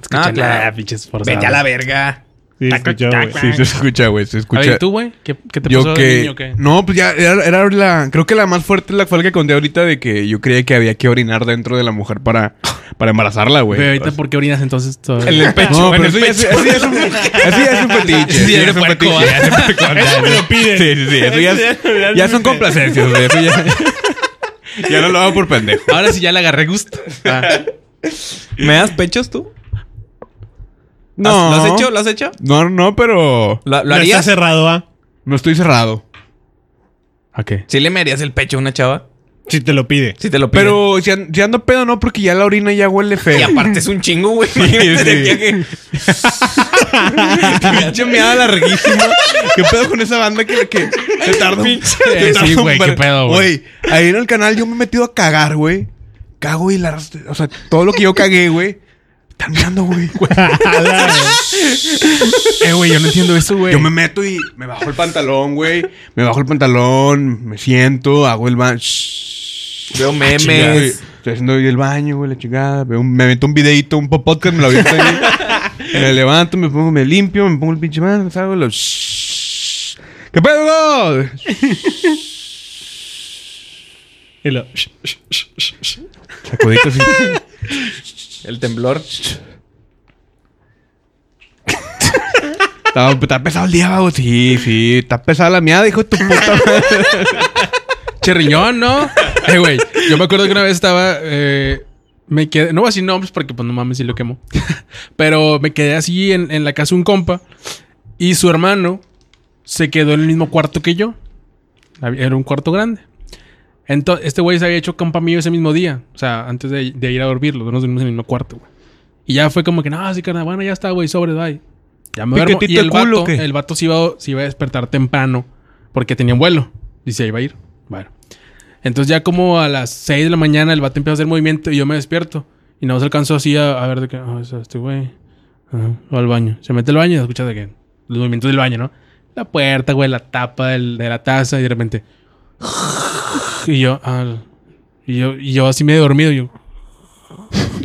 Speaker 2: Escucha,
Speaker 5: Ah, claro.
Speaker 2: nah, pinches forzados.
Speaker 5: Vete a la verga.
Speaker 4: Sí, escuchó, güey.
Speaker 3: Sí, se escucha, güey, se
Speaker 2: A
Speaker 3: escucha.
Speaker 2: ver, ¿y tú, güey? ¿Qué, qué te
Speaker 3: Yo
Speaker 2: pasó
Speaker 3: que...
Speaker 2: de niño? o qué?
Speaker 3: No, pues ya era, era la... Creo que la más fuerte la- fue la que conté ahorita de que yo creía que había que orinar dentro de la mujer para, para embarazarla, güey.
Speaker 2: Pero
Speaker 3: O
Speaker 2: ahorita,
Speaker 3: sea,
Speaker 2: ¿por qué orinas entonces? todavía?
Speaker 5: En el pecho,
Speaker 3: No,
Speaker 5: en
Speaker 3: pero eso
Speaker 5: el pecho.
Speaker 3: ya, es, eso ya es un, eso ya es un fetiche.
Speaker 5: Sí,
Speaker 3: eso ya es
Speaker 5: eres
Speaker 3: un
Speaker 5: puerco,
Speaker 3: fetiche.
Speaker 5: ¿eh?
Speaker 3: ya es un puerco,
Speaker 4: Eso me lo piden.
Speaker 3: Sí, sí, sí. Eso
Speaker 4: [LAUGHS]
Speaker 3: ya, es-
Speaker 4: Eso ya-
Speaker 3: ya son complacencias. güey, Eso ya, [LAUGHS] ya no lo hago por pendejo.
Speaker 2: Ahora sí ya le agarré gusto.
Speaker 5: ¿Me das pechos tú?
Speaker 3: No.
Speaker 5: ¿Lo has hecho? ¿Lo has hecho?
Speaker 3: No, no, pero
Speaker 5: ¿Lo,
Speaker 4: No
Speaker 5: lo
Speaker 4: Está
Speaker 5: harías?
Speaker 4: cerrado, ¿ah?
Speaker 3: no estoy cerrado.
Speaker 2: Ok.
Speaker 5: ¿Sí le merías el pecho a una chava?
Speaker 4: Si te lo pide.
Speaker 5: Si te lo piden.
Speaker 3: Pero si, an- si ando pedo, no, porque ya la orina ya huele feo.
Speaker 5: Y aparte es un chingo, güey. [LAUGHS] Imagínate
Speaker 3: sí.
Speaker 5: de aquí a que- [LAUGHS]
Speaker 3: Pinche meada larguísima. [LAUGHS] ¿Qué pedo con esa banda que, que te tarda [LAUGHS] un- te
Speaker 2: Eh,
Speaker 3: tarda
Speaker 2: sí,
Speaker 3: un
Speaker 2: güey,
Speaker 3: par-
Speaker 2: qué pedo, güey.
Speaker 3: Güey, ahí en el canal yo me he metido a cagar, güey. Cago y la... O sea, todo lo que yo cagué, güey. Están
Speaker 2: [LAUGHS]
Speaker 3: mirando, güey.
Speaker 2: Eh, güey, yo no entiendo eso, güey.
Speaker 3: Yo me meto y me bajo el pantalón, güey. Me bajo el pantalón, me siento, hago el baño.
Speaker 5: Veo memes.
Speaker 3: Estoy haciendo ahí el baño, güey, la chingada. Veo un- me meto un videito, un po- podcast, me lo aviento ahí. me levanto, me pongo, me limpio, me pongo el pinche man, salgo, lo... ¿Qué pedo? güey?
Speaker 4: Y lo-
Speaker 3: Sacudito así.
Speaker 5: [LAUGHS] El temblor.
Speaker 3: Está, está pesado el día, vago. Sí, sí. Está pesada la miada, hijo de tu puta madre.
Speaker 2: Cherriñón, ¿no? Eh, güey, yo me acuerdo que una vez estaba... eh, me quedé... No voy a decir nombres porque, pues, no mames si lo quemo. [LAUGHS] Pero me quedé así en, en la casa de un compa. Y su hermano se quedó en el mismo cuarto que yo. Hab- Era un cuarto grande. Entonces, este güey se había hecho compa mío ese mismo día. O sea, antes de, de ir a dormir, los dos nos dormimos en el mismo cuarto, güey. Y ya fue como que, no, sí, carnal, bueno, ya está, güey, sobre, bye. Ya me duermo.
Speaker 3: Piquetito
Speaker 2: Y el
Speaker 3: de culo,
Speaker 2: vato,
Speaker 3: ¿o qué?
Speaker 2: el vato se iba, a- se iba a despertar temprano porque tenía un vuelo. Y se iba a ir. Bueno. Entonces ya como a las 6 de la mañana el vato empieza a hacer movimiento y yo me despierto. Y nada más alcanzó así a, a ver de que, ah, es este güey. Ajá, va al baño. Se mete al baño y escucha de que los movimientos del baño, ¿no? La puerta, güey, la tapa del- de la taza y de repente... Y yo, ah, y yo, y yo así medio dormido. Yo,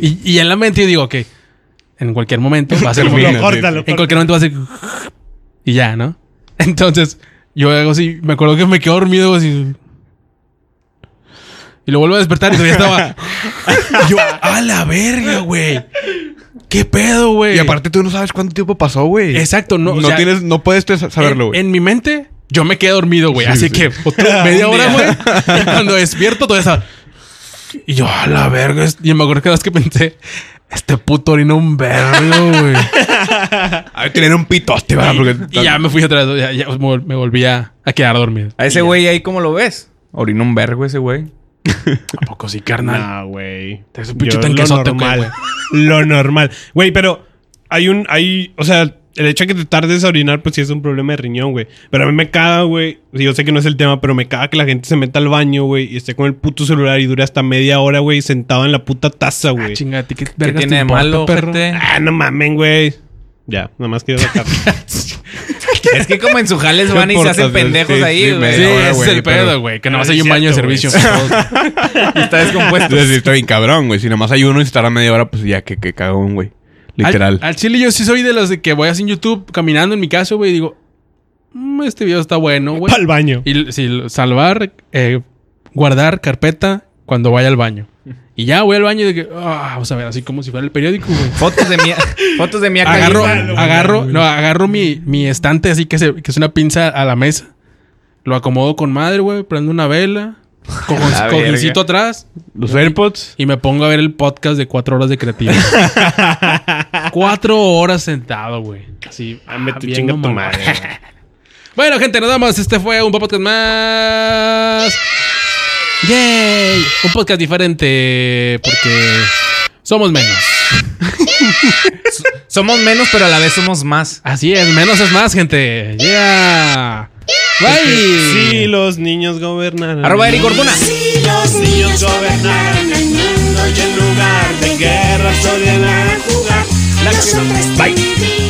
Speaker 2: y, y en la mente yo digo, ok, en cualquier momento va a ser
Speaker 3: Termina,
Speaker 4: lo córtalo.
Speaker 2: en cualquier momento va a ser. Y ya, ¿no? Entonces, yo hago así. Me acuerdo que me quedo dormido así. Y lo vuelvo a despertar y todavía estaba. [LAUGHS] Y yo, a la verga, güey. ¿Qué pedo, güey?
Speaker 3: Y aparte tú no sabes cuánto tiempo pasó, güey.
Speaker 2: Exacto, no,
Speaker 3: No,
Speaker 2: o sea,
Speaker 3: tienes, no puedes te- saberlo,
Speaker 2: en,
Speaker 3: güey.
Speaker 2: en mi mente, yo me quedé dormido, güey. así que [LAUGHS] otra media hora, güey. Y cuando despierto, todavía estaba. Y yo, a la verga. es- Y me acuerdo que las que pensé, este puto orina un vergo, [LAUGHS] güey.
Speaker 3: A ver, tener un pitote,
Speaker 2: Ah,
Speaker 3: va. Porque
Speaker 2: Y ya me fui otra vez, ya, ya me vol- me volví a, a quedar dormido.
Speaker 5: A ese güey ahí, ¿cómo lo ves? Orina un vergo ese güey.
Speaker 2: ¿A poco sí, carnal?
Speaker 4: Nah, güey.
Speaker 2: Te hace un pinche
Speaker 4: Yo,
Speaker 2: tanquesote,
Speaker 4: Lo normal.
Speaker 2: güey.
Speaker 4: [LAUGHS] lo normal. Güey, pero hay un. Hay, o sea, el hecho de que te tardes a orinar, pues sí es un problema de riñón, güey. Pero a mí me caga, güey. o sea, Yo sé que no es el tema, pero me caga que la gente se meta al baño, güey, y esté con el puto celular y dure hasta media hora, güey, sentado en la puta taza,
Speaker 2: Ah,
Speaker 4: güey.
Speaker 2: chinga, ¿a ti ¿qué,
Speaker 5: ¿Qué
Speaker 2: vergas
Speaker 5: tiene
Speaker 2: te
Speaker 5: de
Speaker 2: importa,
Speaker 5: malo,
Speaker 2: perro?
Speaker 5: gente?
Speaker 4: Ah, no mamen, güey. Ya, nada más quiero
Speaker 2: [LAUGHS]
Speaker 4: sacar.
Speaker 5: [LAUGHS] Es que como en su jales van y se
Speaker 3: importa,
Speaker 5: hacen
Speaker 3: güey?
Speaker 5: pendejos
Speaker 3: Sí,
Speaker 5: ahí,
Speaker 3: sí,
Speaker 5: güey.
Speaker 2: Sí,
Speaker 3: media hora,
Speaker 2: ese es
Speaker 3: güey,
Speaker 2: el pedo,
Speaker 3: pero-
Speaker 2: güey. Que nada más
Speaker 4: Ah,
Speaker 2: hay
Speaker 4: es
Speaker 2: un baño de
Speaker 4: cierto, güey.
Speaker 2: servicio. [LAUGHS] para todos.
Speaker 5: Está descompuesto.
Speaker 3: Entonces, sí, está bien cabrón, güey. Si nada más hay uno y se estará media hora, pues ya que, que cagón, güey. Literal.
Speaker 2: Al, al chile yo sí soy de los de que voy así en YouTube caminando en mi caso, güey, y digo, "Mm, este video está bueno, güey.
Speaker 4: Al baño.
Speaker 2: Y l- sí, l- salvar, eh, guardar carpeta cuando vaya al baño. Y ya voy al baño y de que, ah, vamos a ver, así como si fuera el periódico, güey.
Speaker 5: [LAUGHS] Fotos de mía. Fotos de mía
Speaker 2: agarro,
Speaker 5: cayendo.
Speaker 2: agarro, no, agarro mi, mi estante así que, se- que es una pinza a la mesa. Lo acomodo con madre, güey. Prendo una vela. cojo-
Speaker 5: La
Speaker 2: Cojincito atrás.
Speaker 3: Los AirPods.
Speaker 2: [LAUGHS] Y me pongo a ver el podcast de cuatro horas de creativo.
Speaker 4: [LAUGHS]
Speaker 2: cuatro horas sentado, güey. Así.
Speaker 4: Ah, me te
Speaker 2: bien
Speaker 4: chinga tu
Speaker 2: mamón.
Speaker 4: madre. güey.
Speaker 2: [LAUGHS] Bueno, gente, nada más. Este fue un podcast más. ¡Yay! Un podcast diferente porque somos menos.
Speaker 5: Somos menos, pero a la vez somos más.
Speaker 2: Así es, menos es más, gente. Yeah. Bye.
Speaker 4: Si los niños gobernaran.
Speaker 5: Arroba Eric Ortona.
Speaker 1: Si los niños gobernaran el mundo y en lugar de guerras solían jugar, los hombres tendrían